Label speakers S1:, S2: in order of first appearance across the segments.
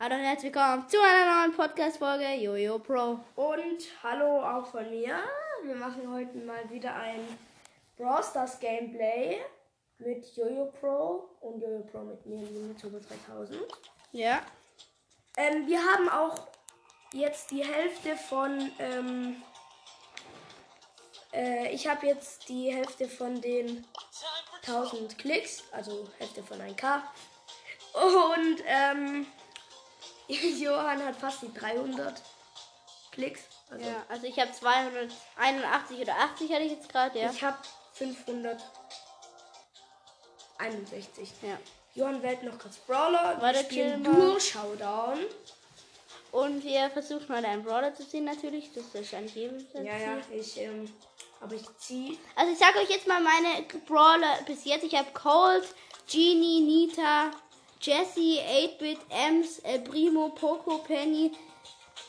S1: Hallo und herzlich willkommen zu einer neuen Podcast-Folge Jojo Pro.
S2: Und hallo auch von mir. Wir machen heute mal wieder ein Brawl Stars Gameplay mit Jojo Pro und Jojo Pro mit mir in Turbo 3000.
S1: Ja.
S2: Ähm, wir haben auch jetzt die Hälfte von. Ähm, äh, ich habe jetzt die Hälfte von den 1000 Klicks, also Hälfte von 1K. Und ähm, Johann hat fast die 300 Klicks. Also
S1: Ja, also ich habe 281 oder 80 hatte ich jetzt gerade, ja.
S2: Ich habe 561.
S1: Ja.
S2: Johann wählt noch kurz Brawler.
S1: Warte,
S2: Wir spielen
S1: chill mal.
S2: Duo Showdown.
S1: Und wir versuchen heute einen Brawler zu ziehen natürlich. Das ist an jedem Platz
S2: Ja, ja,
S1: hier.
S2: ich, ähm, aber ich zieh.
S1: Also ich sage euch jetzt mal meine Brawler bis jetzt. Ich habe Cold, Genie, Nita, Jessie, 8-Bit, Ems, El Primo, Poco, Penny,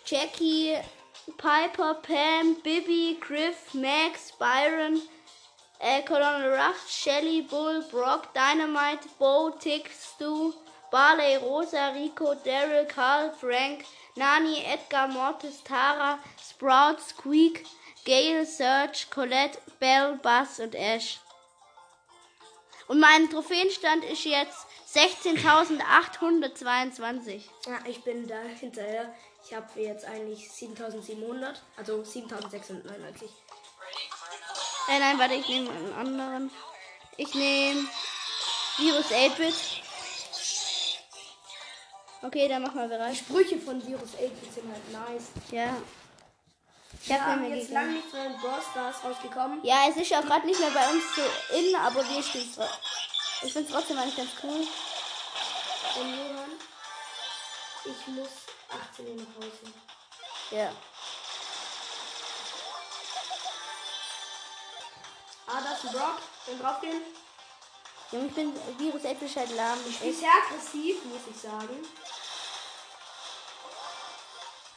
S1: Jackie, Piper, Pam, Bibi, Griff, Max, Byron, äh, Colonel Ruff, Shelly, Bull, Brock, Dynamite, Bo, Tick, Stu, Barley, Rosa, Rico, Daryl, Carl, Frank, Nani, Edgar, Mortis, Tara, Sprout, Squeak, Gale, Serge, Colette, Bell, Buzz und Ash. Und mein Trophäenstand ist jetzt 16.822.
S2: Ah, ich bin da hinterher. Ich habe jetzt eigentlich 7700. Also 7699.
S1: Äh, nein, warte, ich nehme einen anderen. Ich nehme Virus 8-Bit. Okay, dann machen wir
S2: Die
S1: bereit.
S2: Sprüche von Virus 8 sind halt nice.
S1: Ja. Ich
S2: Wir
S1: hab
S2: haben
S1: mir
S2: jetzt
S1: gegangen.
S2: lange nicht mehr in Brawl Stars rausgekommen.
S1: Ja, es ist ja gerade nicht mehr bei uns so in, aber wir spielen es. Ich finde es trotzdem eigentlich ganz cool.
S2: Und Johann, ich muss 18 Uhr nach Hause.
S1: Ja.
S2: Ah, da ist ein Brock. Dann draufgehen.
S1: Junge, ich bin Virus 8 ist halt lahm.
S2: Ich bin sehr aggressiv, muss ich sagen.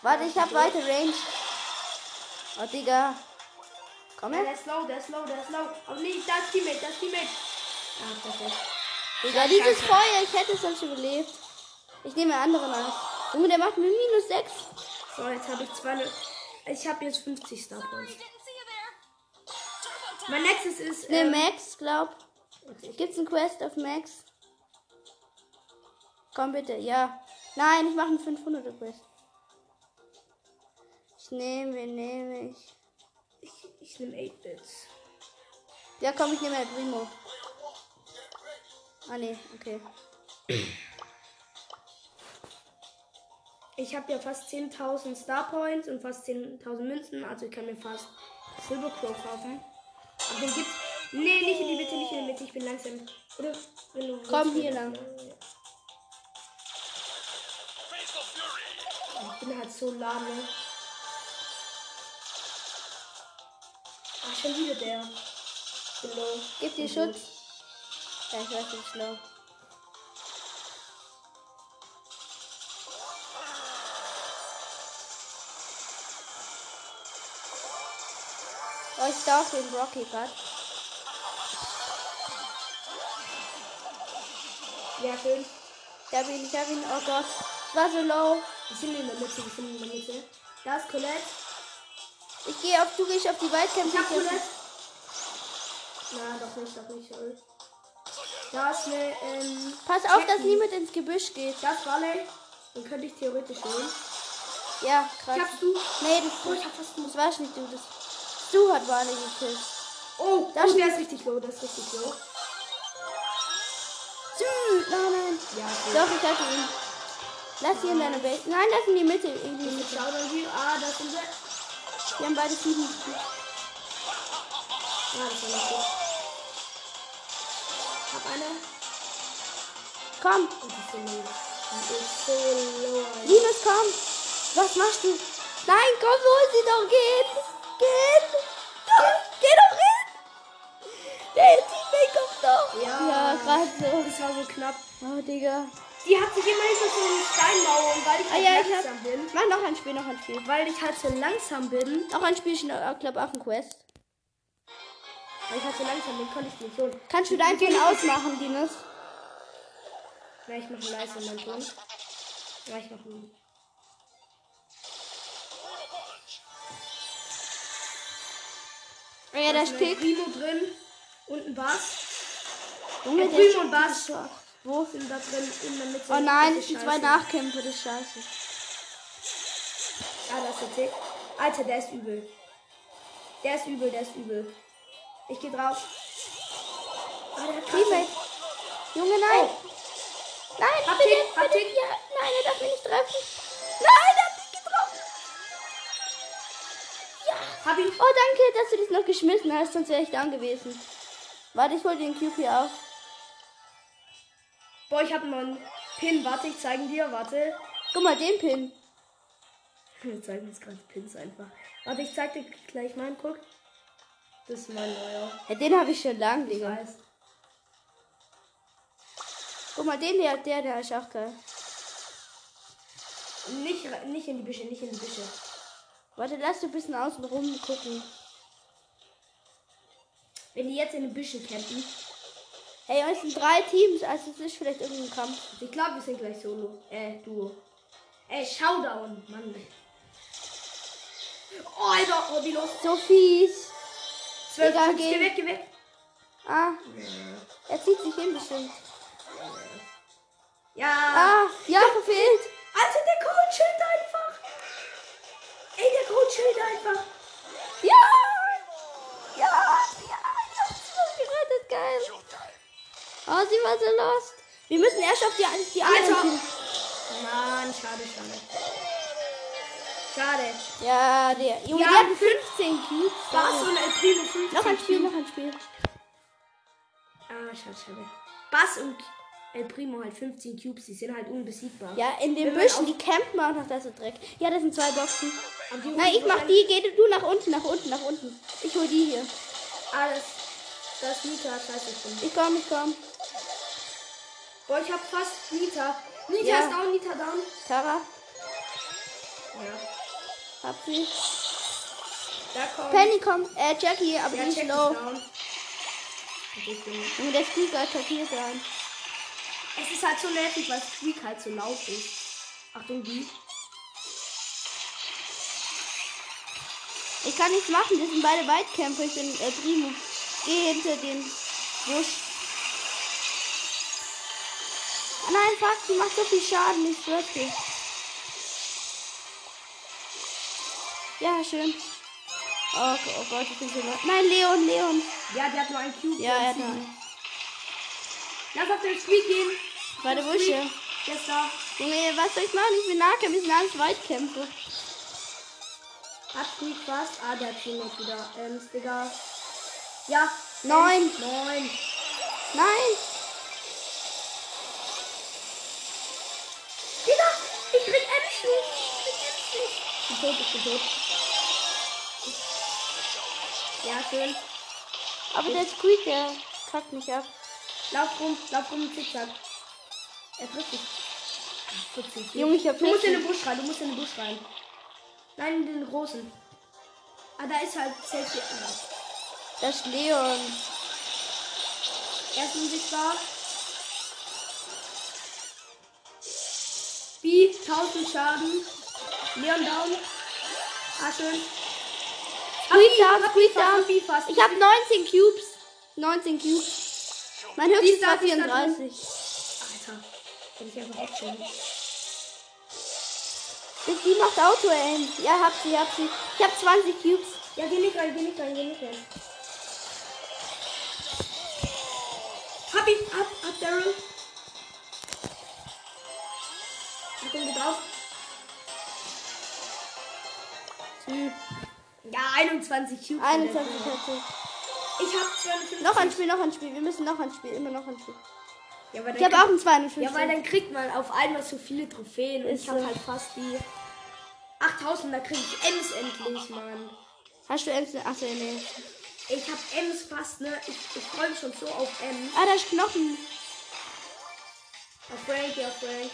S1: Warte, ich hab weite Range. Oh, Digga. Komm
S2: Ja,
S1: her.
S2: der ist low, der ist low, der ist low. Aber nicht, das Teammate, das Teammate. Ah, perfekt.
S1: Digga, dieses Feuer, ich hätte es sonst überlebt. Ich nehme einen anderen an. Junge, der macht mir minus 6.
S2: So, jetzt habe ich 200. Ich habe jetzt 50 Star Points. Mein nächstes ist.
S1: Ne,
S2: Ähm,
S1: Max, glaub.
S2: okay.
S1: Gibt's ein Quest auf Max? Komm bitte, ja. Nein, ich mache einen 500er Quest. Ich nehme, wen nehme ich.
S2: ich, ich nehme 8 Bits.
S1: Ja, komm, ich nehme El Primo. Ah, nee, okay.
S2: Ich habe ja fast 10.000 Star Points und fast 10.000 Münzen, also ich kann mir fast Silver Crow kaufen. Aber den gibt's. Nee, nicht in die Mitte, nicht in die Mitte, ich bin langsam. Oder? Wenn du
S1: Komm
S2: willst,
S1: hier
S2: geht
S1: lang.
S2: das, ja. Ich bin halt so lahm. ne? Ach, schon wieder der. Ich bin low.
S1: Gib dir
S2: Mhm.
S1: Schutz. Ja, ich weiß nicht schlau. Oh, ich darf den Rocky grad.
S2: Ja, schön.
S1: Ich hab ihn, ich hab ihn, oh Gott. Ich war so low.
S2: Wir sind in der Mitte, wir sind in der Mitte. Da ist Colette.
S1: Ich gehe auf, du gehst auf die Waldcamp.
S2: Ich hab Colette. Na, doch nicht, doch nicht. sorry. Da ist eine, ähm,
S1: Pass auf, dass
S2: Jackie.
S1: niemand ins Gebüsch geht.
S2: Da ist Barley. Dann könnte ich theoretisch holen.
S1: Ja,
S2: Ich
S1: krass.
S2: hab's du.
S1: Nee, das,
S2: Oh, ich hab fast
S1: das war's nicht, du. Das, du hat Wale gekillt.
S2: Oh,
S1: Da
S2: da oh,
S1: steht-
S2: der ist richtig low, der ist richtig low.
S1: Dude, nein, nein.
S2: Ja, okay.
S1: Doch, ich hatte ihn. Lass ihn in deine Welt. Nein, lass ihn in die Mitte. In die Mitte.
S2: Ich schau dann hier. Ah, da ist unser. Ah,
S1: Wir haben beide sieben. gekillt.
S2: das war nicht gut. Ich hab eine.
S1: Komm,
S2: Und die ist so low. Die ist so low. Alter.
S1: Linus, komm. Was machst du? Nein, komm, hol sie doch. Geht. Geht. Komm, geh doch hin. Der Teammate kommt doch.
S2: Ja.
S1: ja gerade so.
S2: Das war so knapp.
S1: Oh, Digga.
S2: Die hat sich immer hinter so eine Steinmauer und weil ich
S1: Ah,
S2: halt
S1: ja, ich
S2: langsam
S1: hab.
S2: bin.
S1: Mach noch ein Spiel, noch ein Spiel.
S2: Weil ich halt so langsam bin.
S1: Noch ein Spielchen, ich glaube, Affenquest.
S2: Weil ich halt so langsam bin, konnte ich die nicht holen.
S1: Kannst du deinen Ton ausmachen, Linus?
S2: Na, ich mache leise meinen Ton. Ja, ich mach mal.
S1: Ah ja, da steht.
S2: Primo drin und ein Bass.
S1: Junge,
S2: Ein
S1: der
S2: Primo
S1: Typ
S2: und Bass
S1: ist Wo?
S2: sind da drin in der Mitte.
S1: Oh nein,
S2: Das
S1: es
S2: ist
S1: sind zwei
S2: scheiße.
S1: Nachkämpfer, das ist scheiße.
S2: Ah, das ist jetzt. Alter, der ist übel. Der ist übel, der ist übel. Ich geh drauf. Ah, der hat
S1: Teammate.
S2: Kraft.
S1: Junge, nein. Nein,
S2: Oh. Hab
S1: bitte,
S2: den,
S1: bitte,
S2: hab den.
S1: ja. Nein, er darf mich nicht treffen. Nein, er hat mich getroffen.
S2: Hab ihn.
S1: Oh, danke, dass du dich noch geschmissen hast, sonst wäre ich down gewesen. Warte, ich hol den QP auf.
S2: Boah, ich hab noch einen Pin. Warte, ich zeige dir. Warte.
S1: Guck mal, den Pin.
S2: Wir zeigen uns gerade Pins einfach. Warte, ich zeig dir gleich meinen. Guck. Das ist mein neuer.
S1: Ja, den habe ich schon lang,
S2: Ich
S1: Digga.
S2: weiß.
S1: Guck mal, den, der, der, der ist auch geil.
S2: Nicht, re- nicht in die Büsche, nicht in die Büsche.
S1: Warte, lass du ein bisschen außen rum gucken.
S2: Wenn die jetzt in die Büsche campen.
S1: Hey, es sind drei Teams, also es ist vielleicht irgendein Kampf.
S2: Ich glaube, wir sind gleich Solo. Äh, Duo. Äh, Showdown. Mann. Oh, Alter. Oh, wie los.
S1: So fies.
S2: 12,
S1: Digga,
S2: 12,
S1: geh.
S2: geh weg, geh weg.
S1: Ah, er zieht sich hin bestimmt.
S2: Ja.
S1: Ah, ja, verfehlt.
S2: Alter, der Coach chillt einfach. Ey, der Coach chillt einfach.
S1: Ja! Ja! Ja! Ich hab's noch gerettet, geil! Oh, sie war so lost. Wir müssen erst auf die, die anderen.
S2: Alter.
S1: Teams-
S2: Also. Mann, schade, schade. Schade.
S1: Ja, der. Junge,
S2: Ja,
S1: die hatten 15 Cubes.
S2: Bas
S1: Sorry.
S2: und El Primo 15.
S1: Noch ein Spiel,
S2: Cubes.
S1: noch ein Spiel.
S2: Ah, schade, schade. Bas und El Primo halt 15 Cubes, die sind halt unbesiegbar.
S1: Ja, in den
S2: Wenn man
S1: Büschen,
S2: auf-
S1: die campen auch noch, das ist Dreck. Ja, das sind zwei Boxen.
S2: Und die
S1: Nein, ich mach die, geh du nach unten, nach unten, nach unten. Ich hol die hier.
S2: Alles. Das ist Nita, scheiße, ich bin.
S1: Ich komm, ich komm.
S2: Boah, ich hab fast Nita. Nita
S1: Ja.
S2: ist down, Nita down.
S1: Tara,
S2: Ja.
S1: hab sie.
S2: Da kommt.
S1: Penny kommt, äh, Jackie, aber
S2: Ja,
S1: die
S2: check
S1: ist
S2: ist
S1: low.
S2: down. Und ich bin-
S1: Junge, der Squeaker attackiert rein.
S2: Es ist halt so nervig, weil Squeak halt so laut ist. Achtung, die.
S1: Ich kann nichts machen, das sind beide Weitkämpfer. Ich bin äh, Primo. Geh hinter den Busch. Ah, nein, fuck, die macht so viel Schaden, nicht wirklich. Ja, schön. Oh, Gott, oh Gott, ich bin so weit. Nein, Leon, Leon.
S2: Ja, die hat nur einen Cube.
S1: Ja, er
S2: die hat
S1: hat noch
S2: sieben.
S1: einen.
S2: Lass auf den Squeak gehen.
S1: Warte, wo ist er?
S2: Der ist da.
S1: Junge, was soll ich machen? Ich bin Nahkämpfer, ich sind alles Weitkämpfe.
S2: Hat Squeak fast. Ah, der hat Teammate wieder. Ähm, Digga. Ja.
S1: Neun.
S2: Neun.
S1: Nein,
S2: Digga, ich krieg Ems nicht. Ich krieg Ems nicht. Ich bin tot, ich bin tot. Ja, schön.
S1: aber der Squeak, der kackt mich ab.
S2: Lauf rum, lauf rum, zickzack. Er trifft dich. Ach, 40.
S1: Junge, ich hab
S2: Du musst in den
S1: Pech.
S2: Busch rein, du musst in den Busch rein. Nein, in den großen. Ah, da ist halt Zeltchen.
S1: Das ist Leon.
S2: Er ist unsichtbar. Wie? 1000 Schaden. Leon down. Ah, schön. Ah,
S1: Squeak down, Squeak
S2: fast,
S1: down.
S2: hab ihn fast.
S1: Ich habe 19 Cubes. 19 Cubes. Mein höchstes
S2: da,
S1: war
S2: die ist da
S1: 34.
S2: Alter. Hätte ich einfach wegschirmen.
S1: Die die macht Auto-Aim. Ja, hab sie, hab sie. Ich habe 20 Cubes.
S2: Ja, geh nicht rein, geh nicht rein, geh nicht rein. Hab ihn, ab, ab, Daryl. Ich bin gut drauf.
S1: Hm,
S2: Ja, 21 Cubes.
S1: 21 hat sie.
S2: Ich hab 52.
S1: Noch ein Spiel, noch ein Spiel. Wir müssen noch ein Spiel, immer noch ein Spiel.
S2: Ja, weil
S1: Ich habe auch einen 52.
S2: Ja, weil dann kriegt man auf einmal so viele Trophäen und
S1: Ist
S2: ich hab
S1: so.
S2: halt fast die 8000, da krieg ich Ems endlich, Mann.
S1: Hast du Ems? Achso, nee.
S2: Ich hab Ems fast, ne? Ich, ich freue mich schon so auf Ems.
S1: Ah, da ist Knochen.
S2: Auf Frankie, auf Frank.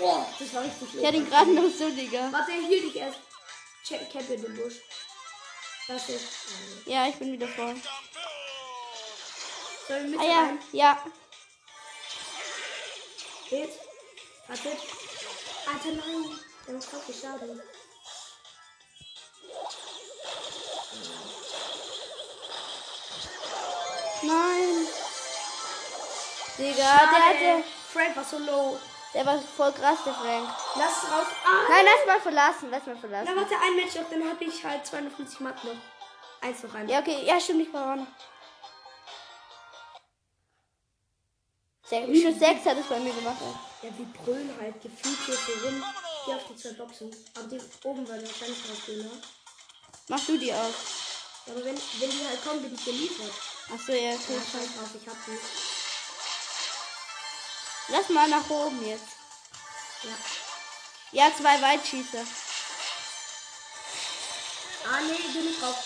S2: Oh, das war richtig
S1: Ich hatte ihn gerade noch so, Digga.
S2: Warte, hielt dich erst. Check, cap in den Busch. Das ist.
S1: Ja, ich bin wieder voll.
S2: Soll ich mit
S1: Ah ja,
S2: rein?
S1: ja.
S2: Hit. Hat Hit. Alter, nein. Der macht voll viel Schaden.
S1: Nein. Digga,
S2: Schade.
S1: der hatte.
S2: Frank war so low.
S1: Der war voll krass, der Frank.
S2: Lass raus. Ah,
S1: Nein, lass mal verlassen, lass mal
S2: Da
S1: verlassen.
S2: warte ein Matchup, dann hab ich halt 52 Mark noch. Eins noch rein.
S1: Ja, okay, ja, stimmt, ich war auch noch. Sech-
S2: Mhm.
S1: Minus 6 hat es bei mir gemacht.
S2: Ja, wir brüllen halt gefühlt hier so rum. Hier auf die zwei Boxen. Aber die oben waren wahrscheinlich noch Döner.
S1: Mach du die auf.
S2: Ja, Aber wenn, wenn die halt kommen, bin ich geliefert.
S1: Achso, ja, okay.
S2: Ja, scheiß drauf, ich hab die.
S1: Lass mal nach oben jetzt.
S2: Ja.
S1: Ja, zwei Weitschießer.
S2: Ah, nee, ich bin nicht drauf.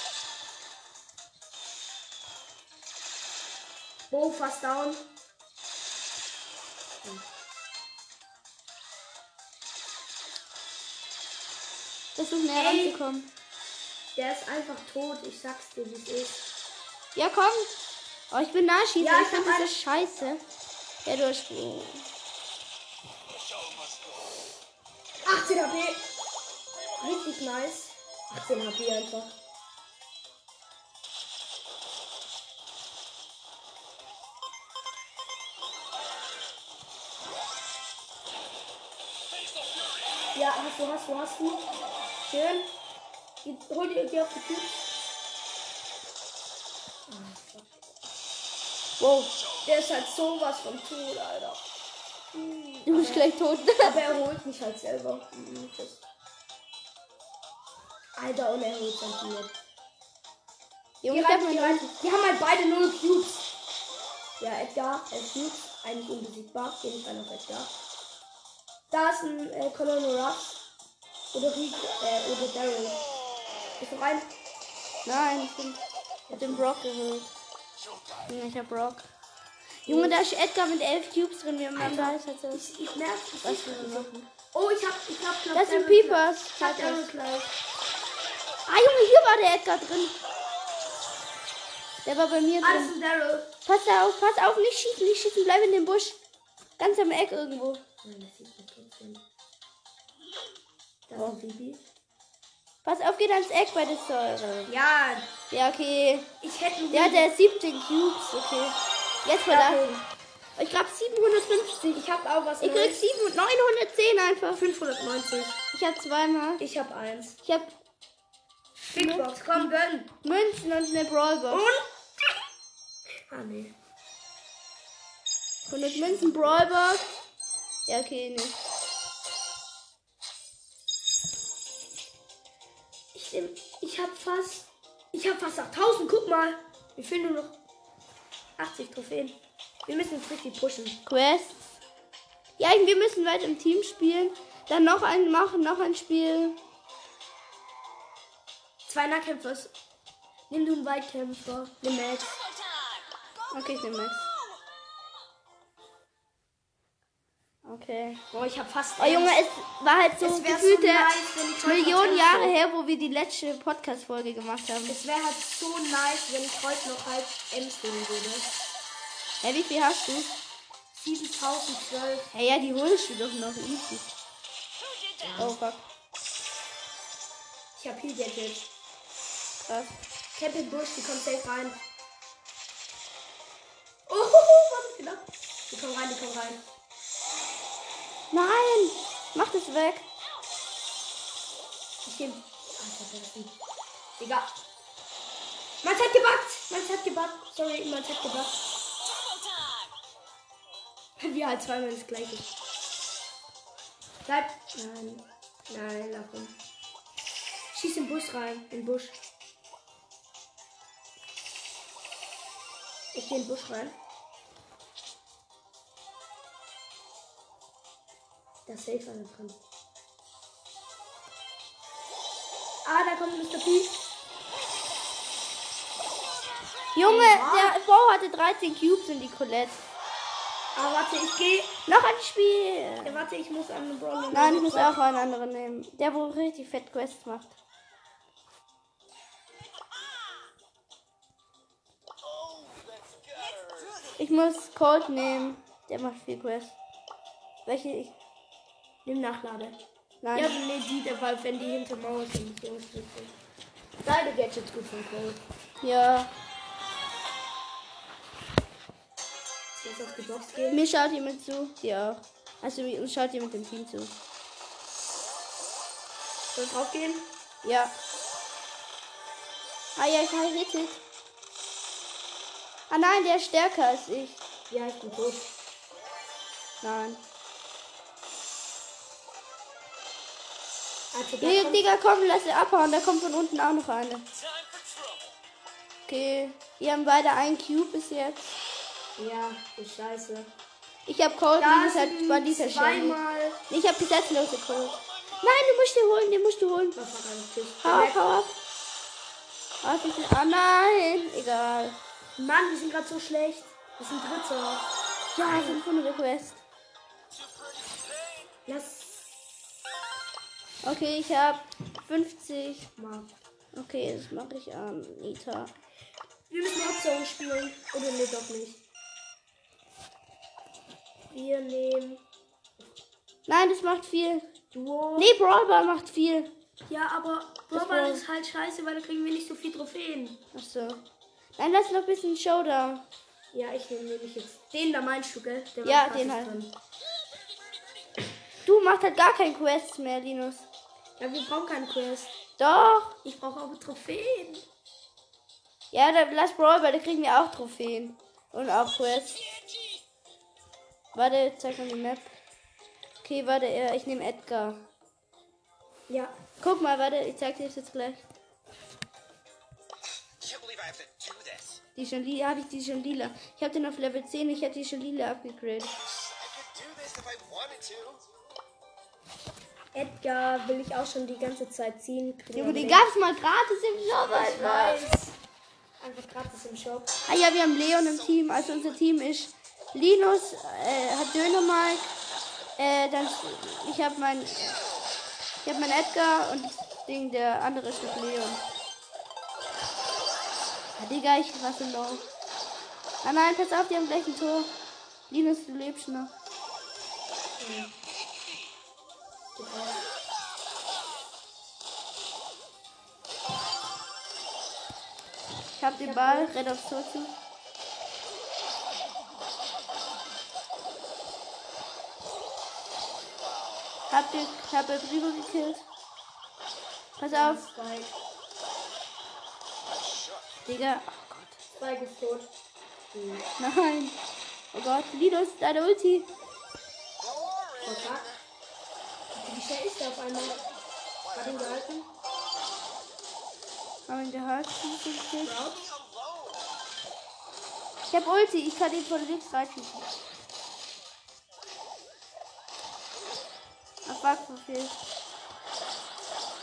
S2: Bo, fast down.
S1: Versuch näher
S2: Ey.
S1: ranzukommen.
S2: Der ist einfach tot, ich sag's dir, wie es ist.
S1: Ja, komm. Oh, ich bin Nahschießer.
S2: Ja,
S1: ich
S2: ich hab
S1: finde das
S2: ein-
S1: ist scheiße. Ja, du hast... Oh.
S2: 18 HP. Richtig nice. 18 HP einfach. Ja, hast du, hast du, hast du. Schön. Jetzt hol dir die auf die Tür.
S1: Wow,
S2: Der ist halt sowas von tot, Alter.
S1: du bist gleich tot.
S2: Aber er holt mich halt selber. Mhm, tschüss. Alter, und er holt sein Team mit. Die,
S1: Junge, ich hab
S2: reiten,
S1: mein
S2: die,
S1: Leute.
S2: reiten. die haben halt beide 0 Cubes. Ja, Edgar, 11 Cubes. Eigentlich unbesiegbar. Geh nicht rein auf Edgar. Da ist ein äh, Colonel Ruff. Oder Rico, äh, oder Daryl. Bist du rein?
S1: Nein, ich bin... Ich hab den Brock geholt. Junge, ich hab Brock. Junge, da ist Edgar mit elf Cubes drin. Wir haben
S2: Alter.
S1: Alter. Das
S2: Ich, ich merke es.
S1: Was wir machen.
S2: Oh, ich hab, ich hab knapp
S1: Das sind
S2: Daryl
S1: Peepers.
S2: gleich. Ich hab Daryl
S1: Ah,
S2: gleich.
S1: Junge, hier war der Edgar drin. Der war bei mir
S2: Alles
S1: drin.
S2: Ah, ein Daryl.
S1: Pass auf, pass auf, nicht schießen, nicht schießen. Bleib in dem Busch. Ganz am Eck irgendwo.
S2: Nein, das sieht man trotzdem. Das
S1: Oh.
S2: ist ein Baby.
S1: Pass auf, geht ans Eck bei der Säure.
S2: Ja,
S1: Ja, okay.
S2: ich hätte ihn
S1: Der hat ja 17 Cubes, okay. Jetzt mal da. Ich hab 750.
S2: Ich hab auch was.
S1: Ich krieg
S2: Neues.
S1: 7, 910 einfach.
S2: 590.
S1: Ich hab zweimal.
S2: Ich hab eins.
S1: Ich hab
S2: Big Box, komm, gönn.
S1: Münzen und eine Brawlbox.
S2: Ah, nee.
S1: 100 Münzen, Brawlbox. Ja, okay, ne. nicht.
S2: Ich, nehm, ich hab fast. Ich hab fast 8000. Guck mal. Mir fehlen nur noch 80 Trophäen. Wir müssen jetzt richtig pushen.
S1: Quest. Ja, wir müssen weiter im Team spielen. Dann noch ein machen, noch ein Spiel.
S2: Zwei Nahkämpfer. Nimm du einen Weitkämpfer. Nimm Max.
S1: Okay, ich nehme Max. Okay.
S2: Boah, ich hab fast.
S1: Oh Junge, es war halt so
S2: Es wär
S1: gefühlt
S2: so
S1: der
S2: nice, wenn ich heute
S1: Millionen
S2: noch
S1: Jahre
S2: Kämpfe.
S1: her, wo wir die letzte Podcast-Folge gemacht haben.
S2: Es wäre halt so nice, wenn ich heute noch halb Ems ne? holen würde.
S1: Hä, wie viel hast du?
S2: 7012.
S1: Hä, ja, die holst du doch noch easy. Oh fuck,
S2: Ich hab viel Gadget.
S1: krass.
S2: Camping Bush, die kommt safe rein. Oh, was ist genau? Die kommen rein, die kommen rein.
S1: Nein! Mach das weg!
S2: Ich nehm. Alter, der ist ein- Digga. Mein hat gebackt! Mein hat gebackt! Sorry, mein hat gebackt. Wir halt zweimal das gleiche. Bleib. Nein. Nein, lauf rum. Schieß in den Bus rein. In den Busch. Ich geh in den Busch rein. Da ist safe einer dran. Ah, da kommt Mr. P.
S1: Junge,
S2: Ja.
S1: der Bo hatte 13 Cubes und die Colette.
S2: Ah, warte, ich geh.
S1: Noch ein Spiel!
S2: Ja, warte, ich muss an den Brawler.
S1: Nein, ich muss auch einen anderen nehmen. Der, wo richtig fett Quest macht. Ich muss Cold nehmen. Der macht viel Quest. Welche ich.
S2: Nimm Nachlade.
S1: Nein.
S2: Ja, nee, die, der Fall, wenn die hinter Mauer sind. Die ist witzig. Deine Gadgets gut von Cole.
S1: Ja.
S2: Jetzt auf die Box gehen.
S1: Mir schaut jemand zu. Dir auch. Also mir- uns schaut jemand im Team zu.
S2: Soll drauf gehen?
S1: Ja. Ah ja, ich habe hittet. Ah nein, der ist stärker als ich.
S2: Ja, ich bin tot.
S1: Nein.
S2: Also, da
S1: Digga,
S2: kommt-
S1: Digga, komm, lass sie abhauen. Da kommt von unten auch noch eine. Okay. Wir haben beide einen Cube bis jetzt.
S2: Ja, ist scheiße.
S1: Ich habe Cold
S2: Da
S1: und
S2: sind
S1: halt Bandita Shelly.
S2: zweimal.
S1: Ich habe gesetzlose Cold. Nein, du musst den holen, den musst du holen.
S2: Was hat ein Tisch?
S1: Hau ab, hau ab. Was ist denn? Ah nein, egal.
S2: Mann, wir sind gerade so schlecht. Wir sind Dritter.
S1: Ja, 500 Quest.
S2: Lass
S1: Okay, ich habe 50.
S2: mal.
S1: Okay, das mache ich an Nita.
S2: Wir müssen Hauptzone spielen. Oder nee, doch nicht. Wir nehmen
S1: Nein, das macht viel.
S2: Duo.
S1: Nee, Brawlbar macht viel.
S2: Ja, aber
S1: war-
S2: Brawlball ist halt scheiße, weil da kriegen wir nicht so viel Trophäen.
S1: Achso. Nein, lass noch ein bisschen Showdown.
S2: Ja, ich nehme nämlich jetzt. Den da meinst du, gell? Der
S1: Ja,
S2: am
S1: den halt.
S2: krassesten.
S1: Du machst halt gar kein Quest mehr, Linus.
S2: Ja, wir brauchen keinen Quest.
S1: Doch.
S2: Ich brauche aber Trophäen.
S1: Ja, dann lass Brawlbar, da kriegen wir auch Trophäen. Und auch Quest. Warte, zeig mal die Map. Okay, warte, ja, ich nehme Edgar.
S2: Ja.
S1: Guck mal, warte, ich zeig dir das jetzt gleich.
S3: can't believe I have to do this.
S1: Die ist schon lila, habe ich die ist schon lila. Ich habe den auf Level 10, ich habe die schon lila abgegradet.
S3: I could do this if I wanted to.
S2: Edgar will ich auch schon die ganze Zeit ziehen. Kriegen
S1: Junge,
S2: aber
S1: den
S2: nicht.
S1: gab's mal gratis im Shop,
S2: Ich
S1: Alter.
S2: weiß. Einfach gratis im Shop.
S1: Ah ja, wir haben Leon im Team. Also unser Team ist Linus, äh, hat Döner Mike, äh, dann ich habe mein ich habe mein Edgar und Ding der andere ist mit Leon. Ah, Digga, ich rasse noch. Ah nein, pass auf, die haben gleich ein Tor. Linus, du lebst noch. Ich hab den Ball, renn aufs Tor zu. Hab den, hab den Primo gekillt. Pass auf,
S2: Spike.
S1: Digga. Oh Gott.
S2: Spike ist tot.
S1: Nein. Oh Gott, Linus, deine Ulti.
S2: Verpackt. Wie schnell ist der auf einmal? Hat ihn gehalten?
S1: Haben ihn gehört. gekillt.
S2: Out.
S3: Leave me alone.
S1: Ich hab Ulti, ich kann ihn von links reinschießen. Ach, fuck, verfehlt.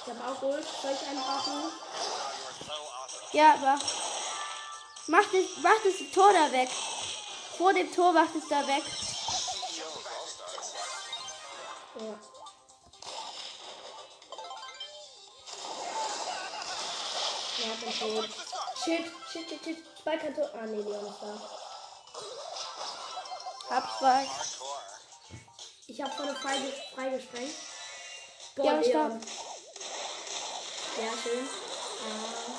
S2: Ich habe auch Gold. Soll ich einen brauchen?
S1: Ja, aber mach das, mach das Tor da weg. Vor dem Tor macht es da weg.
S2: Ja. Er hat ihn tot. Shit, shit, shit, shit. Spike hat tot. Ah, nee, Leon ist da.
S1: Hab zwei.
S2: Ich habe vorne freige- freigesprengt. Boah,
S1: Ja, stopp.
S2: Leon. Ja, schön. Ah,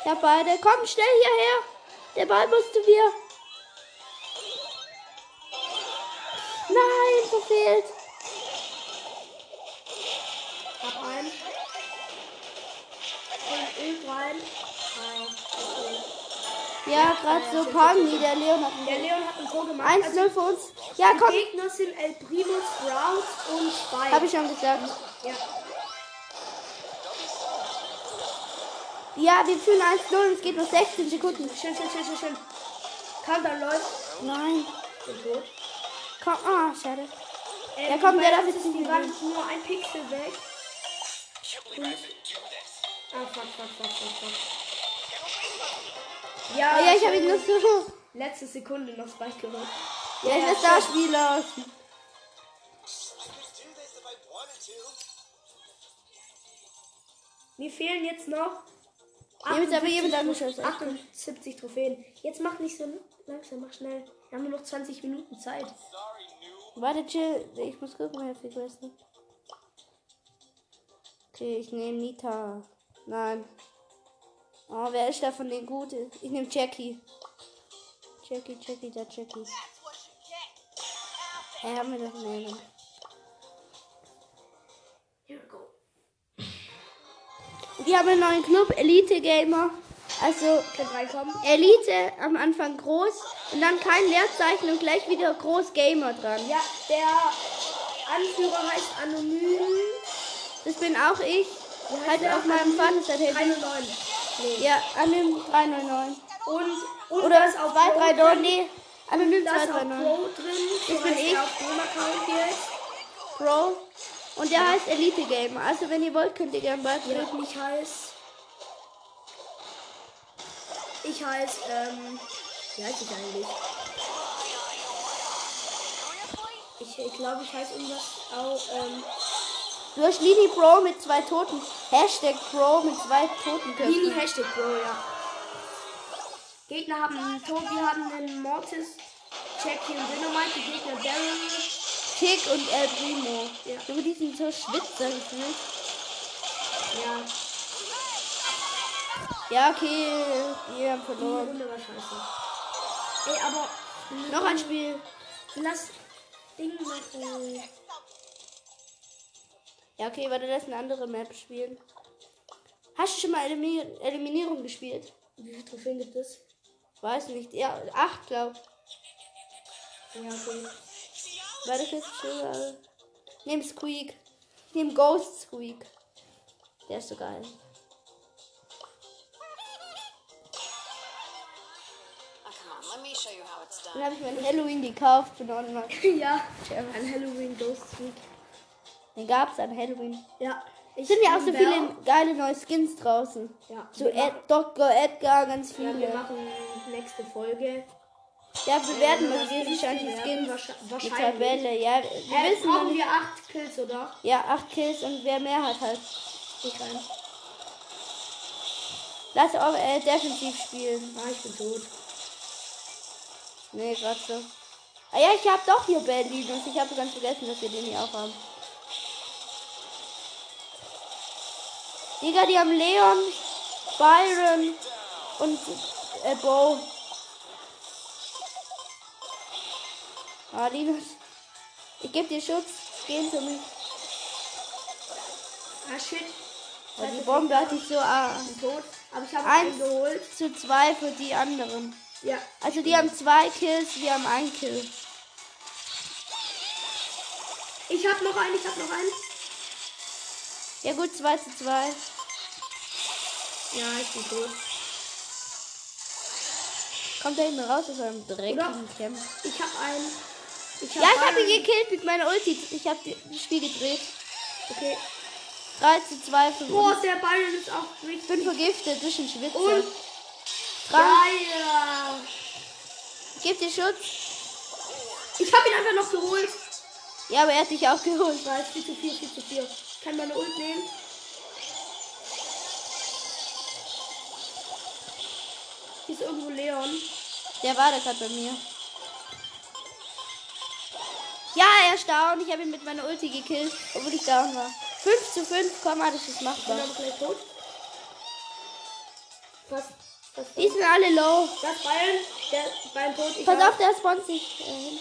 S1: Ich hab beide. Komm, schnell hierher. Der Ball musst du mir. Nein, verfehlt.
S2: hab einen. Und Öl rein. Ah, okay.
S1: Ja, gerade so Pagni, der Leon hat
S2: Der
S1: einen
S2: Leon hat ein Tor gemacht. Also
S1: 1-0 für uns. Ja,
S2: die
S1: komm.
S2: Gegner sind El Primo, Sprout und Spike.
S1: Hab ich schon gesagt.
S2: Ja.
S1: Ja, wir führen 1-0. Es geht nur 16 Sekunden.
S2: Schön, schön, schön, schön, schön. Countdown läuft.
S1: Nein.
S2: Bin tot.
S1: Komm. Ah, schade.
S2: Äh,
S1: Ja, komm,
S2: die
S1: der
S2: beiden
S1: darf jetzt
S2: sitzen
S1: nicht
S2: gerade
S1: gewinnen.
S2: nur ein Pixel weg.
S3: Can't believe I have to do this.
S2: Ah, fuck, fuck, fuck, fuck, fuck.
S1: Ah,
S2: Ja,
S1: ja, ich habe
S2: schön.
S1: ihn nur so.
S2: Letzte Sekunde noch Spike geholt.
S1: Ja, ich
S2: Ja,
S1: bin Starspieler.
S3: I could do this if I wanted to.
S2: Mir fehlen jetzt noch
S1: Ihr müsst aber jedem
S2: 78
S1: Dankeschön sagen.
S2: 78 Trophäen. Jetzt mach nicht so langsam, mach schnell. Wir haben nur noch 20 Minuten Zeit.
S3: Sorry, noob.
S1: Warte, chill. Ich muss gucken, wer viel Questen. Okay, ich nehme Nita. Nein. Oh, wer ist da von den Guten? Ich nehme Jackie. Jackie, Jackie, da Jackie.
S3: That's what you get.
S1: Hey, haben wir das nehmen.
S2: Here we go.
S1: Wir haben einen neuen Club, Elite Gamer. Also,
S2: Könnt reinkommen.
S1: Elite am Anfang groß und dann kein Leerzeichen und gleich wieder groß Gamer dran.
S2: Ja, der Anführer heißt Anonym
S1: Das bin auch ich.
S2: heißt
S1: Halt
S2: der?
S1: auf meinem Vaterzettel.
S2: 309.
S1: Ja, anonym 309.
S2: Und, und
S1: Oder
S2: das auf Pro
S1: 239.
S2: drin.
S1: Nee, anonym
S2: Da ist auch
S1: 239.
S2: Pro drin. So
S1: Ich bin
S2: heißt
S1: ich.
S2: er Auf dem Account jetzt.
S1: Pro. Und der heißt Elite Gamer. Also, wenn ihr wollt, könnt ihr gerne beitreten.
S2: Ja, ich heiße. Ich heiße, ähm. Wie heiße ich eigentlich? Ich, ich glaube, ich heiße irgendwas auch, ähm.
S1: Du hast Lini Pro mit zwei Toten. Hashtag Pro mit zwei Toten.
S2: Lini Hashtag Bro, ja. Gegner haben einen Tobi, haben einen Mortis, Jackie und Dynamite, die Gegner Barry.
S1: Tick und El Primo.
S2: Ja.
S1: Junge, die sind so schwitzer gefühlt.
S2: Ja,
S1: Ja, okay. Wir haben
S2: die
S1: verloren.
S2: Runde war Oh, scheiße. Ey, aber
S1: Noch ein Spiel.
S2: lass Ding machen.
S1: Ja, okay, warte, lass eine andere Map spielen. Hast du schon mal Elimi Eliminierung gespielt?
S2: Wie viele Trophäen gibt es?
S1: Weiß nicht. Ja, acht, glaub.
S2: Ja, okay.
S1: War das jetzt schon? Ich nehm Squeak. Ich nehm Ghost Squeak. Der ist so geil.
S4: Oh, come on, let me show you how it's done.
S1: Dann habe ich mir einen Halloween gekauft für 99.
S2: ja, ein Halloween Ghost Week.
S1: Den gab's an Halloween.
S2: Ja. Ich
S1: Es sind ja auch so
S2: bin
S1: viele geile neue Skins draußen.
S2: Ja.
S1: So
S2: wir
S1: Ed,
S2: machen-
S1: Dr. Edgar, ganz
S2: Ja,
S1: viele.
S2: wir machen nächste Folge.
S1: Ja, bewerten wir
S2: Ja,
S1: jeden
S2: Skins
S1: Schein die
S2: bewerten,
S1: Skins.
S2: wahrsch-
S1: Die
S2: wahrscheinlich.
S1: Tabelle, ja. Wir
S2: Äh,
S1: wissen noch
S2: brauchen
S1: nicht.
S2: wir acht Kills, oder?
S1: Ja, 8 Kills und wer mehr hat, halt.
S2: Ich rein.
S1: Lass auch äh, defensiv spielen.
S2: Ah, ich bin tot.
S1: Nee, gerade so. Ah ja, ich habe doch hier Berlinus. Ich habe ganz vergessen, dass wir den hier auch haben. Digga, die haben Leon, Byron und äh, Bo. Ah, Linus. Ich gebe dir Schutz. Gehen zu mir.
S2: Ah, shit.
S1: Oh, die Bombe hat dich so ah,
S2: Ich bin tot. Aber ich habe
S1: Eins.
S2: einen geholt.
S1: zu zwei für die anderen.
S2: Ja.
S1: Also die haben zwei Kills, wir haben einen Kill.
S2: Ich habe noch einen, ich habe noch einen.
S1: Ja gut, 2 zu 2.
S2: Ja, ich bin tot.
S1: Kommt da hinten raus aus einem dreckigen
S2: Oder?
S1: Camp.
S2: Ich habe einen. Ich
S1: Ja, ich habe
S2: einen.
S1: ihn gekillt mit meiner Ulti. Ich habe das Spiel gedreht.
S2: Okay.
S1: 3 zu 2 für
S2: Boah,
S1: uns.
S2: der Byron ist auch
S1: Ich
S2: richtig.
S1: bin vergiftet durch den Schwitzer.
S2: Und-
S1: Drei.
S2: Geil.
S1: Gib dir Schutz.
S2: Ich habe ihn einfach noch geholt.
S1: Ja, aber er hat dich auch geholt.
S2: Weil es 4 zu 4, 4 zu 4. Ich kann meine Ult nehmen. Hier ist irgendwo Leon.
S1: Der war da gerade bei mir. Ja, er ist down. Ich habe ihn mit meiner Ulti gekillt, obwohl ich down war. 5 zu 5, komm mal, das ist
S2: Ich bin
S1: machbar.
S2: aber gleich tot. Fast. Fast.
S1: Die sind alle low.
S2: Das Bayern. Der Bayern tot. Ich
S1: Pass
S2: hab-
S1: auf, der spawnt sich. äh, hin.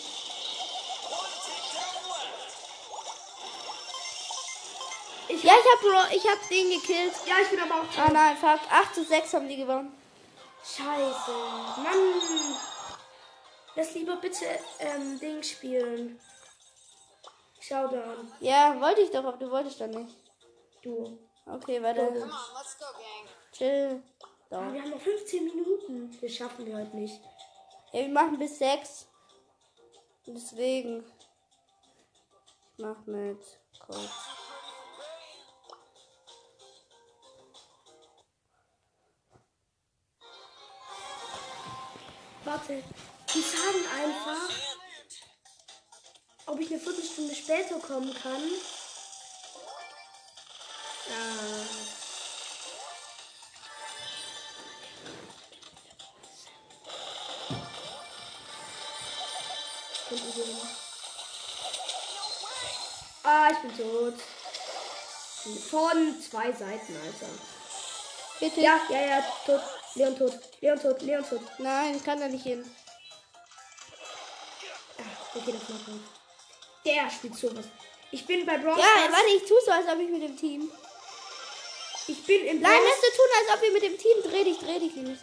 S2: Ich
S1: Ja,
S2: hab,
S1: ich habe ich hab den gekillt.
S2: ja, ich bin aber auch tot.
S1: Ah nein, fuck. 8 zu 6 haben die gewonnen.
S2: Scheiße. Mann. Lass lieber bitte ähm, Ding spielen. Showdown.
S1: Ja, wollte ich doch, aber du wolltest doch nicht.
S2: Du.
S1: Okay,
S4: Come
S1: warte.
S4: on, let's go, gang.
S1: Chill.
S2: Aber
S1: Down.
S2: wir haben noch 15 Minuten. Wir schaffen wir heute nicht.
S1: Ja, wir machen bis 6. Deswegen. Ich mach mit. Coach.
S2: Warte. Die sagen einfach, ob ich eine Viertelstunde später kommen kann. Ah. Könnt ihr sehen. Ah, ich bin tot. Von zwei Seiten, Alter.
S1: Bitte.
S2: Ja, ja, ja, tot. Leon tot. Leon tot. Leon tot.
S1: Nein, kann da nicht hin.
S2: Ah, okay, das macht man. Der spielt sowas. Ich bin bei Brawl
S1: Ja,
S2: Stars.
S1: warte, ich tue so, als ob ich mit dem Team.
S2: ich bin im
S1: Nein,
S2: Brawl
S1: lass du tun, als ob wir mit dem Team. Dreh dich, dreh dich, Linus.